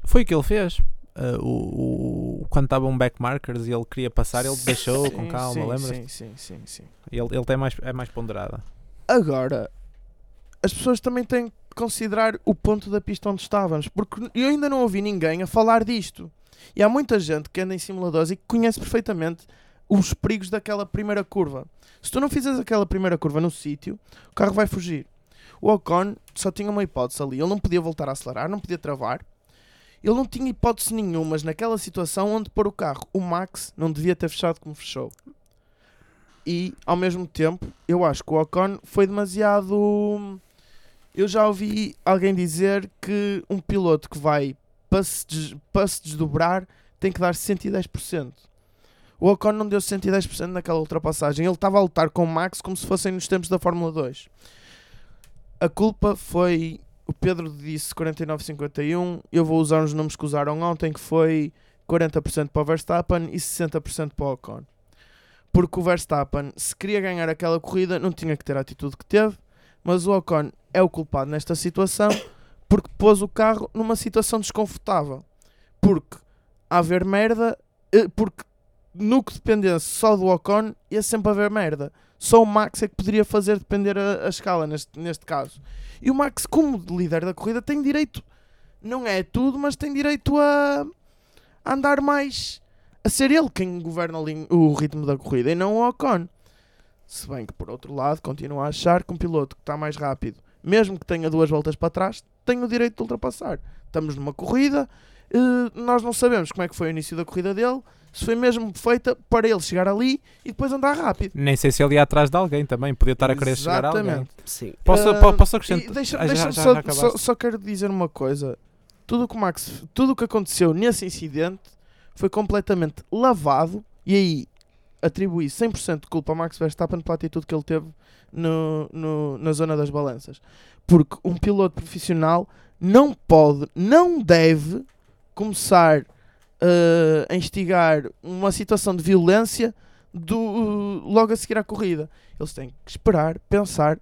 Foi o que ele fez. Ah, o, o- quando estavam backmarkers e ele queria passar, ele deixou com Sim, calma, sim, lembras? Sim, sim, sim, sim. Ele, ele tem mais, é mais ponderada. Agora, as pessoas também têm que considerar o ponto da pista onde estávamos, porque eu ainda não ouvi ninguém a falar disto. E há muita gente que anda em simuladores e que conhece perfeitamente os perigos daquela primeira curva. Se tu não fizeres aquela primeira curva no sítio, o carro vai fugir. O Ocon só tinha uma hipótese ali, ele não podia voltar a acelerar, não podia travar. Ele não tinha hipótese nenhuma naquela situação onde pôr o carro. O Max não devia ter fechado como fechou. E, ao mesmo tempo, eu acho que o Ocon foi demasiado. Eu já ouvi alguém dizer que um piloto que vai para se, des- para se desdobrar tem que dar 110%. O Ocon não deu 110% naquela ultrapassagem. Ele estava a lutar com o Max como se fossem nos tempos da Fórmula 2. A culpa foi. O Pedro disse 49,51. Eu vou usar os nomes que usaram ontem, que foi 40% para o Verstappen e 60% para o Ocon porque o Verstappen, se queria ganhar aquela corrida, não tinha que ter a atitude que teve, mas o Ocon é o culpado nesta situação porque pôs o carro numa situação desconfortável. Porque a haver merda, eh, porque no que dependesse só do Ocon, ia sempre haver merda. Só o Max é que poderia fazer depender a, a escala neste, neste caso. E o Max, como líder da corrida, tem direito, não é tudo, mas tem direito a, a andar mais a ser ele quem governa ali o ritmo da corrida e não o Ocon. Se bem que, por outro lado, continuo a achar que um piloto que está mais rápido, mesmo que tenha duas voltas para trás, tem o direito de ultrapassar. Estamos numa corrida, eh, nós não sabemos como é que foi o início da corrida dele, se foi mesmo feita para ele chegar ali e depois andar rápido. Nem sei se ele ia atrás de alguém também, podia estar a querer chegar a alguém. Exatamente. Sim. Posso, Ah, po- posso e acrescentar? Deixa, Ah, já- deixa já- só, já acabaste? só, só quero dizer uma coisa. Tudo o que o Max, tudo o que aconteceu nesse incidente foi completamente lavado e aí atribuí 100% de culpa a Max Verstappen pela atitude que ele teve no, no- na zona das balanças. Porque um piloto profissional não pode, não deve começar eh, a instigar uma situação de violência do- logo a seguir à corrida. Eles têm que esperar, pensar.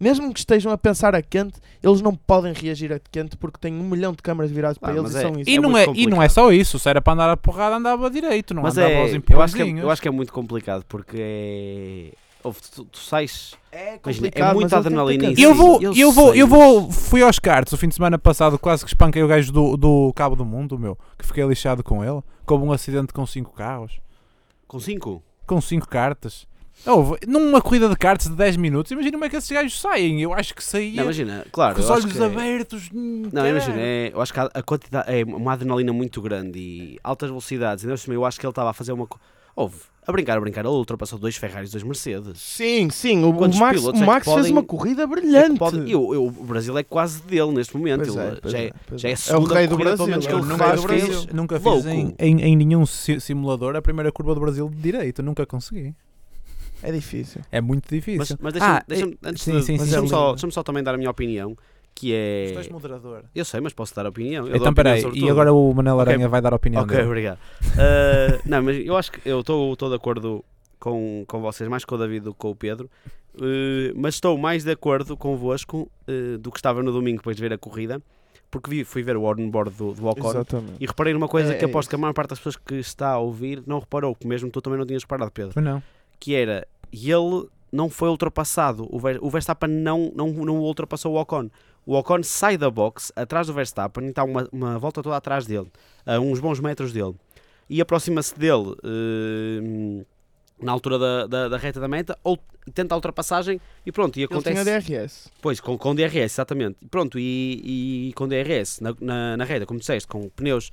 Mesmo que estejam a pensar a quente, eles não podem reagir a quente porque têm um milhão de câmaras viradas Ah, para eles mas e é- são isso. um- E, é não muito é, e não é complicado. só isso, se era para andar a porrada, andava direito, não Mas andava é, aos eu acho, que é, empurrãozinhos. eu acho que é muito complicado porque é. Ouve, tu, tu sais. É Imagina, é muita mas ele tem que ter adrenalina calma. em si. Eu vou, eu, Eu vou, sei, eu mas- vou, fui aos karts o fim de semana passado, quase que espanquei o gajo do, do Cabo do Mundo, meu, que fiquei lixado com ele, que houve um acidente com cinco carros, Com 5? com cinco cartas. Houve- numa corrida de karts de 10 minutos, imagina como é que esses gajos saem, eu acho que Não, saía imagina, claro. com os eu acho olhos que é- abertos. hum, Não, imagina, caralho. é- eu acho que a, a quantidade é uma adrenalina muito grande e altas velocidades. Ainda por cima, eu acho que ele estava a fazer uma. co- Houve, a brincar, a brincar, ele ultrapassou dois Ferraris, dois Mercedes. Sim, sim, o, o Quantos Max, pilotos o é que Max fez podem- uma corrida É que brilhante. pode- e o- eu- o Brasil é quase dele neste momento. Pois ele é, pois já, é, é, pois já é é. a É o segunda rei do corrida, pelo Brasil, menos, que é o ele rei nunca faz. do que Brasil. eles- fiz, nunca fiz em, Louco. em, em nenhum si- simulador a primeira curva do Brasil de direito, nunca consegui. É difícil. É muito difícil. Mas, mas deixa-me, Ah, deixa-me- é- antes sim, de- sim, sim, deixa-me sim. só, deixa-me só também dar a minha opinião, que é... moderador. Eu sei, mas posso dar a opinião. Eu dou Então a opinião peraí, sobre e tudo. agora o Manel Ok. Aranha vai dar a opinião Ok, dele. obrigado. Ah, não, mas eu acho que eu estou estou de acordo com, com vocês, mais com o David do que com o Pedro, eh, mas estou mais de acordo convosco eh, do que estava no domingo depois de ver a corrida, porque vi- fui ver o onboard do, do Ocon Exatamente. e reparei numa coisa É- que é aposto que a isso. maior parte das pessoas que está a ouvir não reparou, que mesmo tu também não tinhas reparado, Pedro, Pois não. que era, e ele não foi ultrapassado, o, Ver, o Verstappen não, não, não ultrapassou o Ocon. O Ocon sai da box atrás do Verstappen, então uma, uma volta toda atrás dele, a uns bons metros dele, e aproxima-se dele eh, na altura da, da, da reta da meta, ou tenta a ultrapassagem e pronto, e Ele acontece. tinha DRS. Pois, com, com DRS, exatamente. Pronto, e, e com DRS na, na, na reta, como disseste, com pneus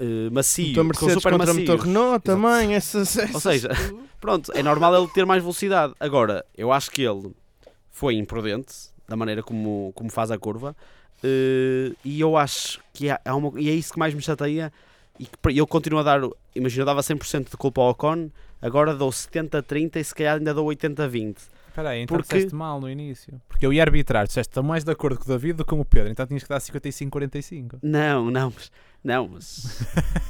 eh, macios, Motor com Mercedes super contra motor macios. Renault também. Essas, Ou essas- seja, pronto, é normal ele ter mais velocidade. Agora, eu acho que ele foi imprudente da maneira como, como faz a curva. eh, e eu acho que há, há uma- e é isso que mais me chateia. E que pre- eu continuo a dar, o- imagina, eu dava 100% de culpa ao Ocon, agora dou 70-30 e se calhar ainda dou 80-20. Espera aí, então Porque- disseste mal no início. Porque eu ia arbitrar, disseste, estou mais de acordo com o David do que com o Pedro, então tinhas que dar 55-45. Não, não, mas. Não, mas.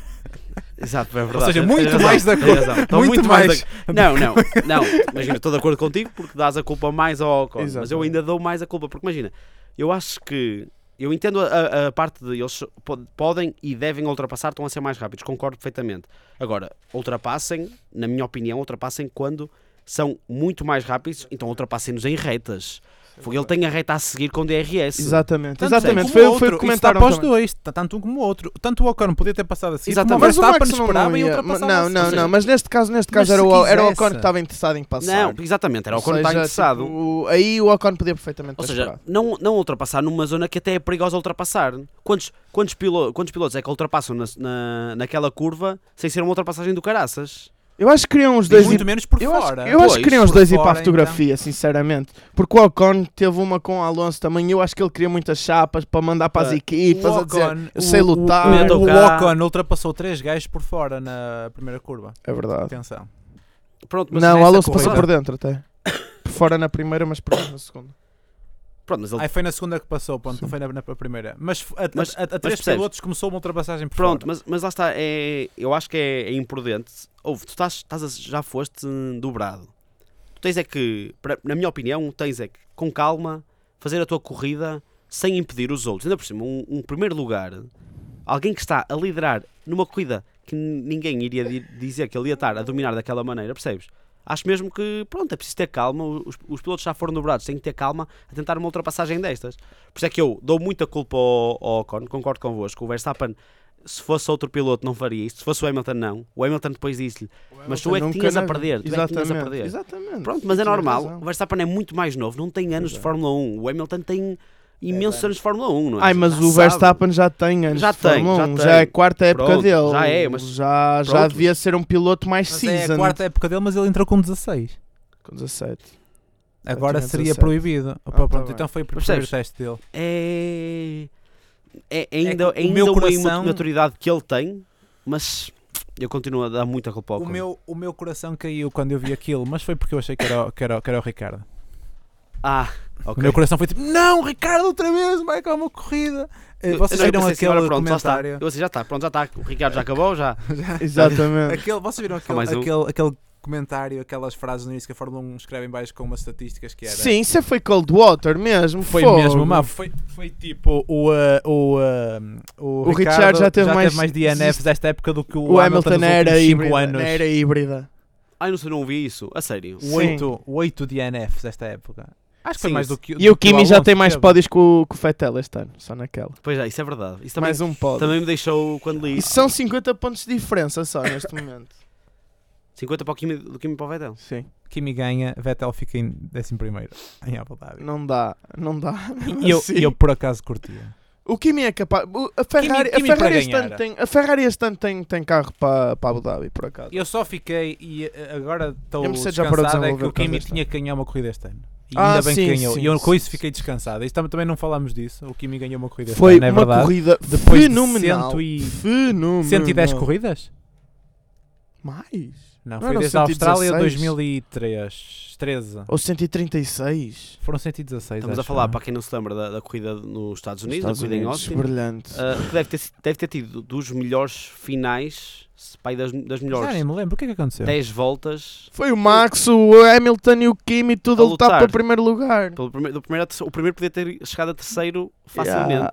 Exato, é verdade. Ou seja, Tens muito razão, mais de tens acordo. razão. Estou Muito mais. de ac- Não, não, não. Imagina, estou de acordo contigo porque dás a culpa mais ao Ocon. Mas eu Exatamente. ainda dou mais a culpa, porque imagina, eu acho que. Eu entendo a- a, a parte de eles po- podem e devem ultrapassar, estão a ser mais rápidos, concordo perfeitamente. Agora, ultrapassem, na minha opinião, ultrapassem quando são muito mais rápidos, então ultrapassem-nos em retas. Porque ele tem a reta a seguir com DRS. Exatamente, Tanto exatamente. um como Foi, o foi outro. o que Isso dá comentaram para os também. dois, t- tanto um como o outro. Tanto o Ocon podia ter passado assim, Exatamente. como o Mas o Verstappen Max não esperava e ia- ultrapassava. Não, Ou não, seja, não, mas neste caso, neste mas caso era, se o, era o quisesse. Ocon que estava interessado em passar. Não, exatamente, era o Ou Ocon tá que está seja, interessado. tipo, aí o Ocon podia perfeitamente ter Ou seja, esperado. não, não ultrapassar numa zona que até é perigosa ultrapassar. Quantos, quantos, pilo- quantos pilotos é que ultrapassam na, na, naquela curva sem ser uma ultrapassagem do caraças? Eu acho que queriam os E dois ir muito menos por Eu fora. acho, eu acho Pois, que queriam os por dois ir para a fora, então. fotografia, sinceramente. Porque o Ocon teve uma com o Alonso também. Eu acho que ele queria muitas chapas para mandar para as Ah, equipas O a dizer. Ocon- eu sei o- o- lutar. o- Meto O, cá. Ocon ultrapassou três gajos por fora na primeira curva. É verdade. Atenção. Pronto, mas Não, o nessa Alonso passou corrida- por dentro até. Por fora na primeira, mas por dentro na segunda. pronto, mas ele- Aí foi na segunda que passou, pronto, não foi na, na primeira. Mas f- a, a- Mas- a- a mas três percebes? pilotos começou uma ultrapassagem por pronto, fora. mas, mas lá está, é, eu acho que é, é imprudente. Ouve, tu estás, estás a- já foste hum, dobrado. Tu tens é que, pra- na minha opinião, tens é que, com calma, fazer a tua corrida sem impedir os outros. Ainda por cima, um, um primeiro lugar, alguém que está a liderar numa corrida que n- ninguém iria di- dizer que ele ia estar a dominar daquela maneira, percebes? Acho mesmo que, pronto, é preciso ter calma. Os, os pilotos já foram dobrados, têm que ter calma a tentar uma ultrapassagem destas. Por isso é que eu dou muita culpa ao, ao Ocon, concordo convosco. O Verstappen, se fosse outro piloto, não faria isto. Se fosse o Hamilton, não. O Hamilton depois disse-lhe, mas tu é que Nunca tinhas a na- perder. Tu é que tinhas a Exatamente. perder. Exatamente. Pronto, mas é Tinha normal. razão. O Verstappen é muito mais novo, não tem anos é. de Fórmula 1. O Hamilton tem imensos anos de Fórmula 1, não é? Ai, mas Já o sabe. Verstappen já tem anos Já de tem, Fórmula já 1, tem. é a quarta época Pronto, dele. já é, mas- já, já pronto. devia ser um piloto mais Mas é season. a quarta época dele, mas ele entrou com 16. Com 17. Agora tinha seria 17. proibido. Opa, tá pronto, bem. então foi o primeiro Percebes? teste dele. É. É ainda, É que o ainda meu uma coração- imaturidade que ele tem, mas eu continuo a dar muita culpa ao O Ocon. meu, o meu coração caiu quando eu vi aquilo, mas foi porque eu achei que era, o- que era, o- que era o Ricardo. Ah, O ok. meu coração foi tipo, não, Ricardo, outra vez, vai com uma corrida. Eh, Eu- Vocês eu viram pensei assim, aquele "Ora, pronto, já está. comentário? Eu assim, já está, pronto, já está. O Ricardo já acabou, já. Exatamente. Aquele, vocês Ah, viram aquele, mais um. aquele, aquele comentário, aquelas frases no início que a Fórmula 1 escreve em baixo com umas estatísticas que era... Sim, isso foi cold water mesmo. Foi fogo. mesmo má. Foi, foi tipo o, ah, o, ah, o, O Richard já teve mais- DNFs desta época do que o, O, Hamilton, era, nos últimos cinco híbrida, anos. era híbrida. Ai, não sei, não vi isso. A sério. Sim. Oito, oito DNFs desta época. Acho que foi Sim, mais sim. do que E o Kimi já tem mais pódios pódios que o, que o Fettel este ano, só naquela. Pois é, isso é verdade. Isso também, mais um pódio. também me deixou quando li E isso. são 50 pontos de diferença só neste momento. 50 para o Kimi, do Kimi para o Vettel. Sim. Kimi ganha, Vettel fica em décimo primeiro em Abu Dhabi. Não dá, não dá. mesmo E eu, assim. eu por acaso curtia. O Kimi é capaz. o- A Ferrari, Kimi a para Ferrari este ganhar. ano tem, a Ferrari este ano tem, tem carro para, para Abu Dhabi, por acaso. Eu só fiquei e eh, agora estou E a Mercedes já parou de descansado é que desenvolver o Kimi coisas, tá? tinha que ganhar uma corrida este ano. E Ah, ainda bem sim, que ganhou. sim, e eu com sim, isso sim. fiquei descansado. Isto tam- também não falámos disso. O Kimi ganhou uma corrida Foi este ano, é uma verdade. corrida Depois de fenomenal. cento e- fenomenal. 110 corridas? Mais? Não, Não foi eram desde a Austrália 116? 2003, 13. Ou 136? Foram 116, Estamos a acho, falar, não é? para quem não se lembra, da, da corrida nos Estados Unidos, Estados da corrida Unidos, em Austin. brilhante. Ah, Uh, que deve ter, sido- deve ter tido dos melhores finais, se pá, e das, das Já nem melhores me lembro. O que é que aconteceu? 10 voltas. Foi o Max, o Hamilton e o Kimi tudo A a lutar lutar. para o primeiro lugar. Pelo primeiro, do primeiro, a terce- o primeiro podia ter chegado a terceiro facilmente. Yeah.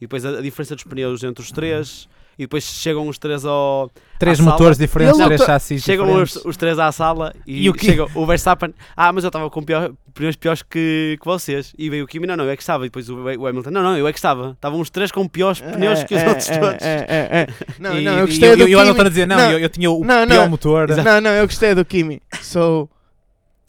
E depois a, a diferença dos pneus entre os três. e depois chegam os três ao. Três à sala. motores diferentes, Ele não três tá- chassis Chegam os, diferentes. os três à sala e, E o Ki- chega o Verstappen. Ah, mas eu estava com pior, pneus piores que, que vocês. E veio o Kimi, não, não, eu é que estava. E depois o, o Hamilton, não, não, eu é que estava. Estavam os três com piores pneus que os É, outros é, todos. é, é, é. Não, E- não, e- eu gostei e, do e o Hamilton é a Kimi. dizer, não, eu, eu tinha o pior não, não. motor. Não, não, eu gostei do Kimi. So,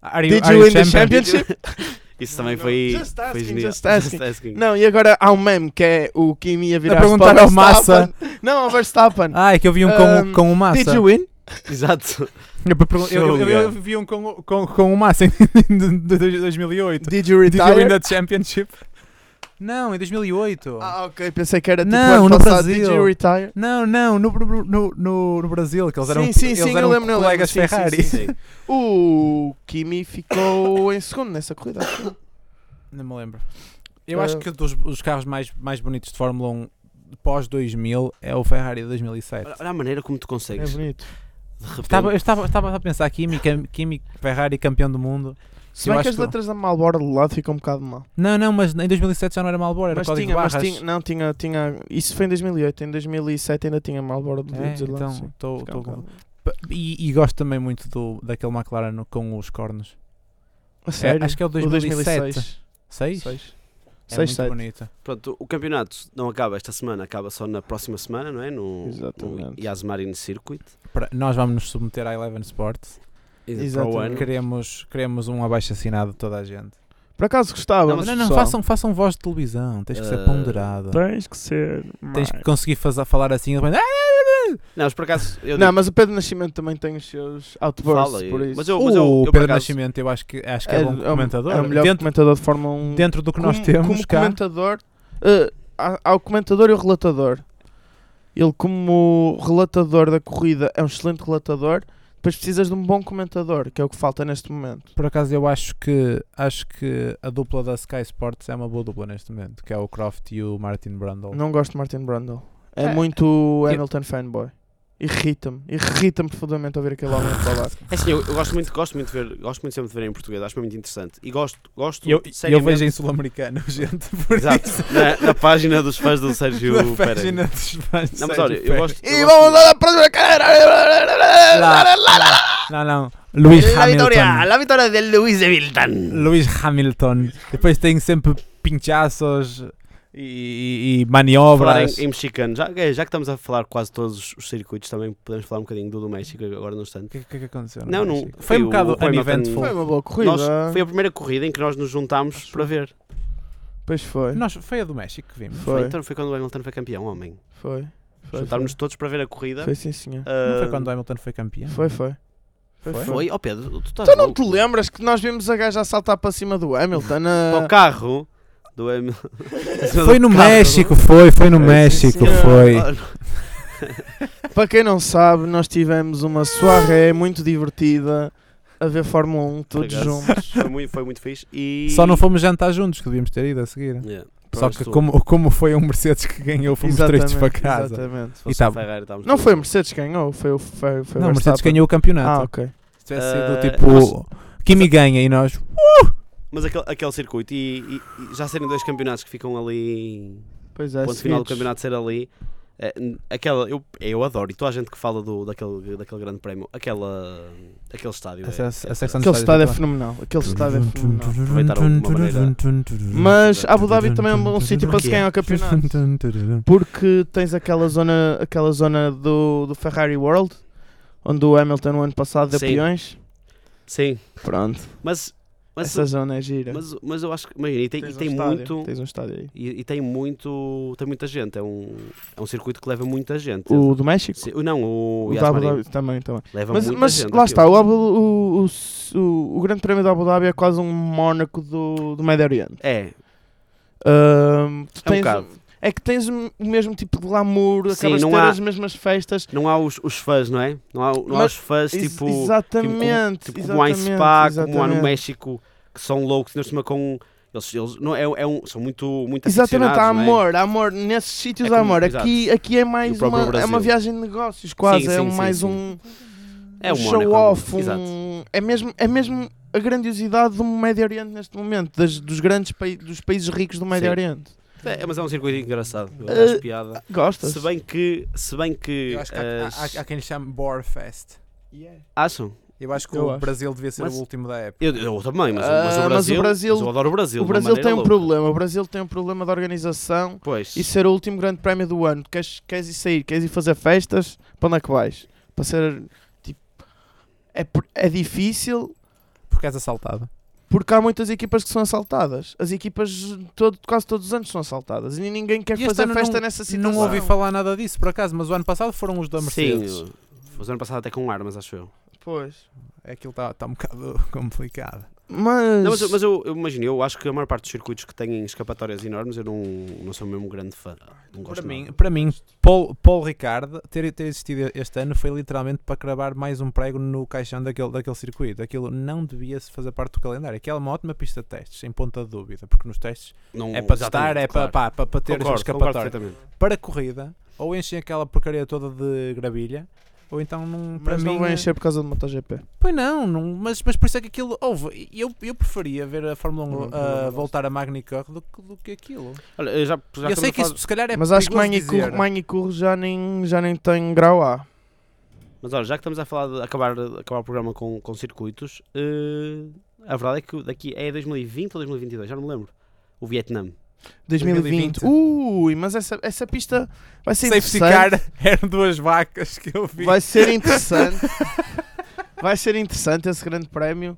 Are you, did are you you win the champion? championship? Isso também Não, foi. just asking, foi genial. just asking. asking. Não, e agora há um meme que é o Kimi a virar perguntar para o ao Massa. Verstappen. Não, ao Verstappen. Ah, é que eu vi um com, Um, com o Massa. Did you win? Exato. Eu, pergun- eu- eu- eu- eu vi um com, o- com, com o Massa em 2008. Did you Did you win retire? the championship? Não, em 2008. Ah, ok, pensei que era tipo Não, ano no passado. Brasil. Did you retire? Não, não, no, no, no- no- no Brasil, que eles eram, Sim, sim, eles sim, eram eu lembro, eu lembro. colegas Sim, sim, Ferrari. sim, sim. O Kimi ficou em segundo nessa corrida. acho eu. Não me lembro. Eu Ah. acho que dos os carros mais, mais bonitos de Fórmula 1 pós 2000 é o Ferrari de 2007. Olha olha a maneira como tu É consegues. bonito. Tá de repente. Estava, eu estava, estava a pensar Kimi, Cam- Kimi, Ferrari campeão do mundo. Se Eu bem acho que as que- letras da Malboro do lado ficam um bocado mal. Não, não, mas em 2007 já não era Malboro, era Mas código tinha, mas barras. tinha, não, tinha, tinha. Isso foi em 2008. Em 2007 ainda tinha Malboro do É, lado. então, sim. estou Fica um bocado- e, e gosto também muito do, daquele McLaren no- com os cornos. A sério? acho que é o 2007. 2006. 6? É 6. muito 6, 7. bonito. Pronto, o campeonato não acaba esta semana, acaba só na próxima semana, não é? No, no Exatamente. Yasmarin Circuit. Para- nós vamos nos submeter à Eleven Sports. Para o ano. Exatamente. Queremos, queremos um abaixo assinado de toda a gente. Por acaso Não, gostávamos. mas não, não, pessoal. façam, façam voz de televisão, tens que ser Ah, ponderado. Tens que ser. Tens que mais. conseguir fazer, falar assim. depois, "Ah!" Não, mas por acaso. Eu Não, digo- mas o Pedro Nascimento também tem os seus outbursts. Fala, por isso. Uh, mas eu- o por Pedro acaso- Nascimento, eu acho que, acho que é, bom o- comentador. É o melhor dentro, comentador de Fórmula 1. dentro do que nós Como- temos como cá. comentador, eh, há, há o comentador e o relatador. Ele, como relatador da corrida, é um excelente relatador. Depois precisas de um bom comentador, que é o que falta neste momento. Por acaso eu acho que acho que a dupla da Sky Sports é uma boa dupla neste momento, que é o Croft e o Martin Brundle. Não gosto de Martin Brundle. É, É, muito é- Hamilton fanboy. Irrita-me, irrita-me profundamente ouvir aquele homem falar. É assim, eu, eu gosto muito, gosto muito de ver, gosto muito sempre de ver em português, acho muito interessante. E gosto, gosto Eu, eu seriamente- vejo em sul-americano, gente. Por Exato, isso, na, na página dos fãs do Sérgio na Pérez. página dos fãs. Tá, Não, mas Sérgio olha, eu Pérez. gosto. eu E gosto vamos muito- lá para a próxima! Não, não. Luís Hamilton. la vitória de Lewis Hamilton. Luís Hamilton. Depois tem sempre pinchaços e, e- e maniobras. Falar em, em mexicano, já, é, já que estamos a falar quase todos os circuitos, também podemos falar um bocadinho do, do México agora no O instante. que, que é que aconteceu? no Não, não, México? foi Foi um o- bocado o Hamilton- uneventful. Foi uma boa corrida. Nós, foi a primeira corrida em que nós nos juntámos para ver. Pois foi. Nós, foi a do México que vimos. Foi, Então foi quando o Hamilton foi campeão, homem. foi. Foi, Juntámos-nos todos para ver a corrida. foi sim, senhor. Ah, Não foi quando o Hamilton foi campeão? Foi, foi. Foi? Foi? Oh Pedro, tu estás Tu Então não louco. te lembras que nós vimos a gaja a saltar para cima do Hamilton? Para o na- carro do Hamilton. Foi no México, foi, foi no É, Sim, Ah, México, senhor. foi. Para quem não sabe, nós tivemos uma soirée muito divertida a ver Fórmula 1 todos Por acaso. juntos. Foi muito, foi muito fixe. E... Só não fomos jantar juntos, que devíamos ter ido a seguir. Yeah. Só Pois, que tu- como, como foi um Mercedes que ganhou, fomos tristes para casa. Exatamente. se fosse e tá tava- o Ferrari, estávamos Não todos foi a juntos. Mercedes que ganhou, foi o foi, foi Não, o o Mercedes Verstappen. ganhou o campeonato. Ah, ok. Se tivesse sido Ah, tipo Kimi ganha e nós. Mas aquele, aquele circuito e, e- e já serem dois campeonatos que ficam ali. Pois O é, ponto final do seguidos. campeonato ser ali. eh, n- Aquela, eu, eu adoro, e toda a gente que fala do, daquele, daquele grande prémio, aquela, aquele estádio. A, é- se- a secção de Aquele estádio é claro. fenomenal. Aquele estádio é fenomenal. Aproveitaram de uma maneira- Mas Abu Dhabi também é um bom sítio para se Porquê? ganhar o campeonato. porque tens aquela zona, aquela zona do, do Ferrari World, onde o Hamilton no ano passado deu Sim. peões. Sim, Pronto, mas, mas, essa zona é gira. mas, mas eu acho que. Imagina, e tem, e um tem estádio, muito. Tens um estádio aí. E, e tem muito. Tem muita gente. É um, é um circuito que leva muita gente. O do México? um- Sim, o- não, o, o da Abu Yasmarin. Dhabi também, também. Leva Mas, muita mas gente. lá está, aquilo. o, Abu, o, o, o, o Grande Prémio da Abu Dhabi é quase um Mónaco do, do Médio Oriente. É, Ahm, tu é um tens- bocado. é que tens o mesmo tipo de glamour, Sim, acabas de não ter há- as mesmas festas. Não há os, os fãs, não é? Não há, não há Mas- os fãs Ex- tipo. exatamente, tipo, como há em Spa, exatamente, como há no exatamente. México, que são loucos, ainda por cima com. Eles, eles não, é, é um, são muito, muito Exatamente, há aficionados, não é? amor, há amor. Nesses sítios É há como- amor. exato. Aqui, aqui é E o mais próprio uma, é uma Brasil. viagem de negócios, quase. Sim, é sim, um- sim, mais sim. um, É um um Mónaco, show-off. um- exato. É, mesmo, é mesmo a grandiosidade do Médio Oriente neste momento, das- dos grandes pai- dos países ricos do Médio Sim. Oriente. É, mas é um circuito engraçado. Eu Eh, acho piada. Gostas? Se bem que. Se bem que. é Eu acho que há, as- há- há quem lhe chame Borefest. Acham? Eu acho que Eu o acho. Brasil devia ser Mas- o último da época. Eu, eu também, mas, o- Ah, mas mas o o Brasil. Brasil- mas eu adoro o Brasil. de O uma Brasil maneira tem um louca. problema. O Brasil tem um problema de organização Pois. e ser o último grande prémio do ano. Tu queres, queres ir sair, queres ir fazer festas, para onde é que vais? Para ser tipo. É, por- é difícil Porque és assaltado. porque há muitas equipas que são assaltadas. As equipas todo, quase todos os anos são assaltadas e ninguém quer E este fazer ano festa não- nessa situação. Não ouvi falar nada disso, por acaso, mas o ano passado foram é os da Mercedes. Sim. Mas o ano passado até com armas, acho eu. Pois. É Aquilo está um bocado complicado. Mas. Não, mas eu- mas eu, eu imagino, eu acho que a maior parte dos circuitos que têm escapatórias enormes, eu não, não sou mesmo um grande fã. Não gosto Para mim, nada. para mim Paul, Paul Ricard ter, ter existido este ano foi literalmente para cravar mais um prego no caixão daquele, daquele circuito. Aquilo não devia-se fazer parte do calendário. Aquilo é uma ótima pista de testes, sem ponta de dúvida, porque nos testes Não- é para testar, Hum, exatamente, é claro. para, pá, para, para ter Concordo, esta concordo escapatória. perfeitamente. Para corrida, ou enchem aquela porcaria toda de gravilha, ou então não, para Mas mim. não vai encher por causa do MotoGP. Pois não, não mas, mas por isso é que aquilo. Houve, eu, eu preferia ver a Fórmula 1 Não, uh, não gosto. voltar a Magnicoque do, que- do que aquilo. Olha, eu já, já eu sei que estamos a isso se calhar é mas acho que perigoso Magnicurro dizer. Magnicurro já nem, já nem tem grau A. Mas olha, já que estamos a falar de acabar, acabar o programa com, com circuitos, eh, a verdade é que daqui é 2020 ou 2022, já não me lembro. O Vietnã. 2020. 2020. Ui, mas essa, essa pista vai ser Safe interessante. Sicar eram duas vacas que eu vi. Vai ser interessante. vai ser interessante esse grande prémio.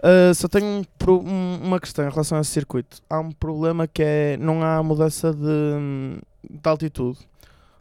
Uh, só tenho um pro- um- uma questão em relação a esse circuito. Há um problema que é não há mudança de, de altitude.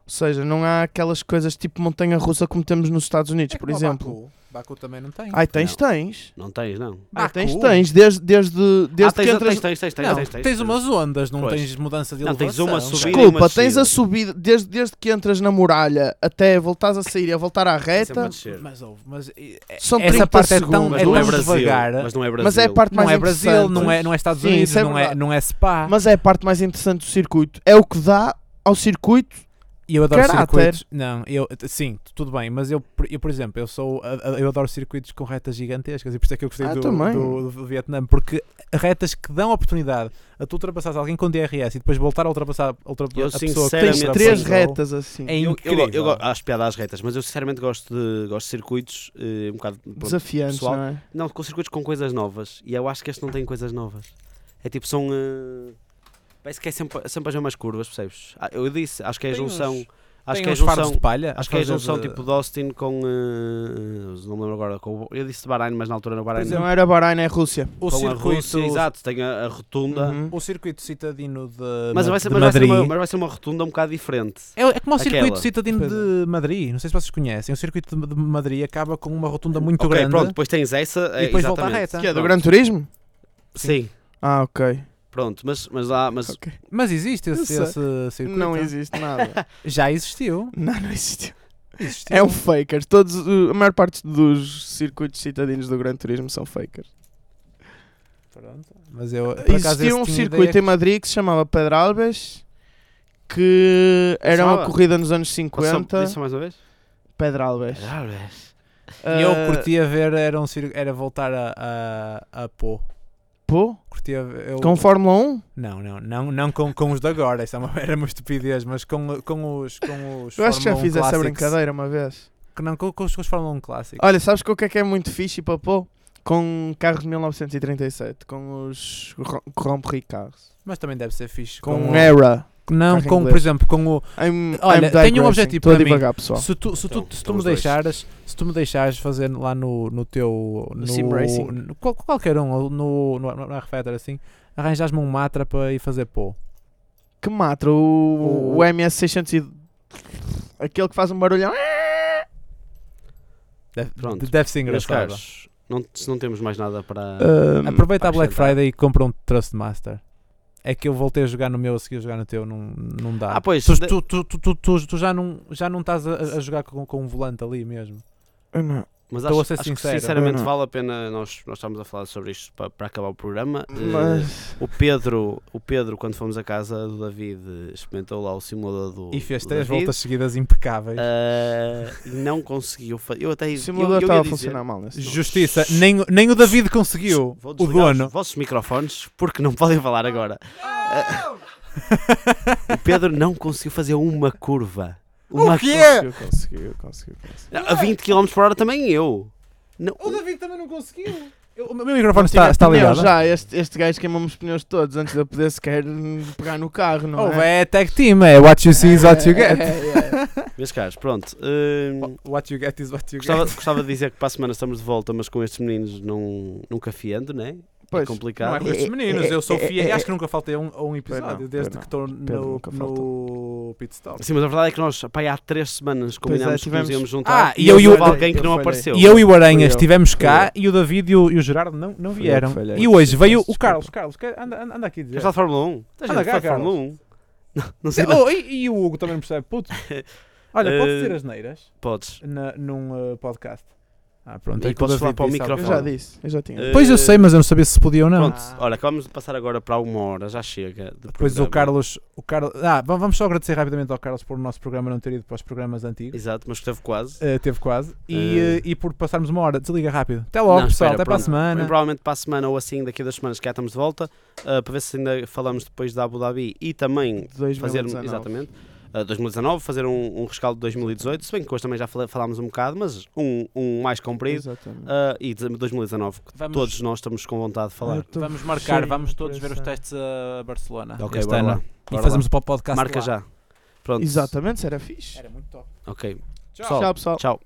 Ou seja, não há aquelas coisas tipo montanha russa como temos nos Estados Unidos, É por como exemplo. Baku. Baku também não tem. Ai, tens, Não. tens. Não tens, não. Ai, tens, Baku? tens. Desde, desde, desde ah, tens, que entras. tens, tens, tens, tens, não, tens, tens, tens, umas ondas, não Pois. tens mudança de Não, tens elevação. uma subida. e uma Desculpa, descida. tens a subida. Desde, desde que entras na muralha até voltares a sair e a voltar à Tem sempre reta. a descer. Mas, houve, mas e- é- São essa 30 parte é tão, segundos. Mas é não é tão Brasil. devagar. Mas não é Brasil. Mas é a parte não mais é Brasil, interessante. não é, não é Estados Sim, Unidos, isso é não, é, verdade. não é Spa. Mas é a parte mais interessante do circuito. É o que dá ao circuito. E eu adoro Caráter. circuitos. Não, eu, sim, tudo bem, mas eu, eu por exemplo, eu sou a- a- eu adoro circuitos com retas gigantescas e por isso é que eu gostei Ah, do, também. do, do Vietnã, porque retas que dão oportunidade a tu ultrapassares alguém com DRS e depois voltar a ultrapassar a ultra, Eu, a pessoa que sinceramente, Tens Era três muito retas assim. É Eu, eu, incrível. eu, go- acho piada às retas, mas eu sinceramente gosto de, gosto de circuitos eh, um bocado. pronto. Desafiantes, pessoal, não é? Não, com circuitos com coisas novas. E eu acho que este não tem coisas novas. É tipo, são. eh, parece que é sempre, sempre as mesmas curvas, percebes? Ah, Eu disse, acho que é a Tem uns- junção. acho Tem que é a uns faros junção. de palha, Acho que é a às vezes, junção eh, tipo de Austin com. eh, não me lembro agora. Com, eu disse de Bahrein, mas na altura no Bahrein. Pois é, não. Não era Bahrein, é Rússia. o Com a circuito, Rússia, exato, tem a, a rotunda. Uhum. o circuito citadino de, Mas, Ma- vai ser, de mas, vai ser Madrid. uma, mas vai ser uma rotunda um bocado diferente. É, é como o circuito Aquela. é. citadino Pois de Madrid, não sei se vocês conhecem. O circuito de, de Madrid acaba com uma rotunda muito ok, grande pronto, depois tens essa. e é, depois volta à exatamente. reta. Que é do Pronto. Gran Turismo? Sim, Ah, ok. pronto, mas, mas lá. Mas, Ok. Mas existe Eu esse, sei. esse circuito? Não existe nada. Já existiu. não, não existiu. Existiu. É um faker. Todos, uh, a maior parte dos circuitos citadinos do Gran Turismo são fakers. Pronto. Mas eu, por acaso, esse Existia um tinha circuito ideia em Madrid que se chamava Pedralbes, que era uma Chamava? corrida nos anos Posso só- 50. diz só mais uma vez? Ah, é. Pedralbes. que- E eu Ah, curtia ver, era, um cir- era voltar a, a, a Pô. Pô, Curtia ver- eu... com Fórmula 1? Não, não, não, não com, com os de agora, isso é uma, era uma estupidez, mas com, com os, com os Eu acho que já Fórmula 1 fiz essa Classics. brincadeira uma vez. Que não, com, com os, com os Fórmula 1 clássicos. Olha, sabes com o que é que é muito fixe para pôr? Com carros de 1937, com os ro- Grand Prix cars. Mas também deve ser fixe. Com, um o- Era. Não, carro com, por inglês. exemplo, com o... I'm, um Olha, I'm tenho um digressing. objetivo Estou a para mim. divagar, pessoal. Se tu, se tu, Então, se tu me os dois. deixares, se tu me deixares fazer lá no, no teu no, Sim Racing. no- qual- qualquer um, ou no, no, no Refetter assim, arranjas-me um matra para ir fazer pô. Que matra o, O- o MS600 e... Aquele que faz um barulhão. Deve, Pronto. deve ser Meus engraçado. caros, não, se não temos mais nada para. Ahm, Aproveita a Vai Black sentar. Friday e compra um Trustmaster. É que eu voltei a jogar no meu, a seguir a jogar no teu, não, não dá. Ah, pois, Tu, de- tu, tu, tu, tu- tu- tu já não já não estás a, a jogar com, com um volante ali mesmo. eu não. Mas Estou acho, a ser acho sincero. que sinceramente Não, não. vale a pena nós, nós estamos a falar sobre isto para, para acabar o programa. Eh, Mas... o Pedro, o Pedro, quando fomos à casa do David, eh, experimentou lá o simulador do. E fez do três David. voltas seguidas impecáveis. Eh, e não conseguiu fazer. Eu até O eu- eu simulador ia estava a dizer- funcionar mal nesse jogo. Justiça, nem, o- nem o David conseguiu. Vou O desligar os dono. vossos microfones porque não podem falar agora. Eh, O Pedro não conseguiu fazer uma curva. O Uma quê? curva. É. Conseguiu, conseguiu, conseguiu. conseguiu. Não, A 20 km por hora também eu. Não, O David também não conseguiu. Eu- o meu microfone está, está Pneus ligado. né? já, este, este gajo queimou-me os pneus todos antes de eu poder sequer hum, pegar no carro, não Oh, é? é tag team, é what you see is what you É, get. é, é. meus caros, pronto. hum, What you get is what you gostava, get. gostava de dizer que para a semana estamos de volta, mas com estes meninos não, nunca fiando, né? É Pois. Não é complicado. com estes meninos, eu sou É, é, fiel e é, acho que nunca faltei a um, a um Pois episódio não, desde pois que estou Pedro no, nunca no pit stop. Sim, mas a verdade é que nós, pá, há três semanas combinámos que nos tivemos- íamos juntar é, Ah, e eu e o- né? houve alguém que eu não falhei. apareceu. E eu e o Fui eu. Aranhas estivemos Fui cá e o David e o, e o Gerardo não, não Fui eu vieram. que falhei. E hoje veio Peço o Carlos. Carlos, que- anda, anda- anda aqui dizer. Estás de Fórmula 1? Estás Anda a cá, falar de Carlos. Fórmula 1? Não, não sei. nada. Oh, e, e o Hugo também não percebe, puto. Olha, Eh, podes dizer as neiras Podes. na- num eh, podcast. Ah, pronto. E é que o podes David falar para o disse algo. Eu microfone. já disse, eu já tinha. Eh, Pois eu sei, mas eu não sabia se podia ou não. Pronto, Ah. olha, acabamos de passar agora para uma hora, já chega. de Depois o programa. Carlos, o Carlos. Ah, va- vamos só agradecer rapidamente ao Carlos por o nosso programa não ter ido para os programas antigos. Exato, mas esteve quase. Eh, teve quase. E, Eh. eh, e por passarmos uma hora. Desliga rápido. Até logo, Não, pessoal. espera, Até para a pronto. semana. Bem, provavelmente para a semana ou assim, daqui a duas semanas, que já estamos de volta, ah, para ver se ainda falamos depois da Abu Dhabi e também fazer. 2019. Exatamente. ah, 2019, fazer um, um rescaldo de 2018, se bem que hoje também já fala- falámos um bocado, mas um, um mais comprido. Exatamente. ah, e de 2019, que Vamos, todos nós estamos com vontade de falar. tô vamos marcar, cheio vamos de todos ver os pressa. testes a Barcelona. Ah, Ok, este bora ano. lá. E Bora fazemos o podcast Marca lá. já. Pronto. Exatamente, será fixe. Era muito top. Ok. Tchau, pessoal. Tchau.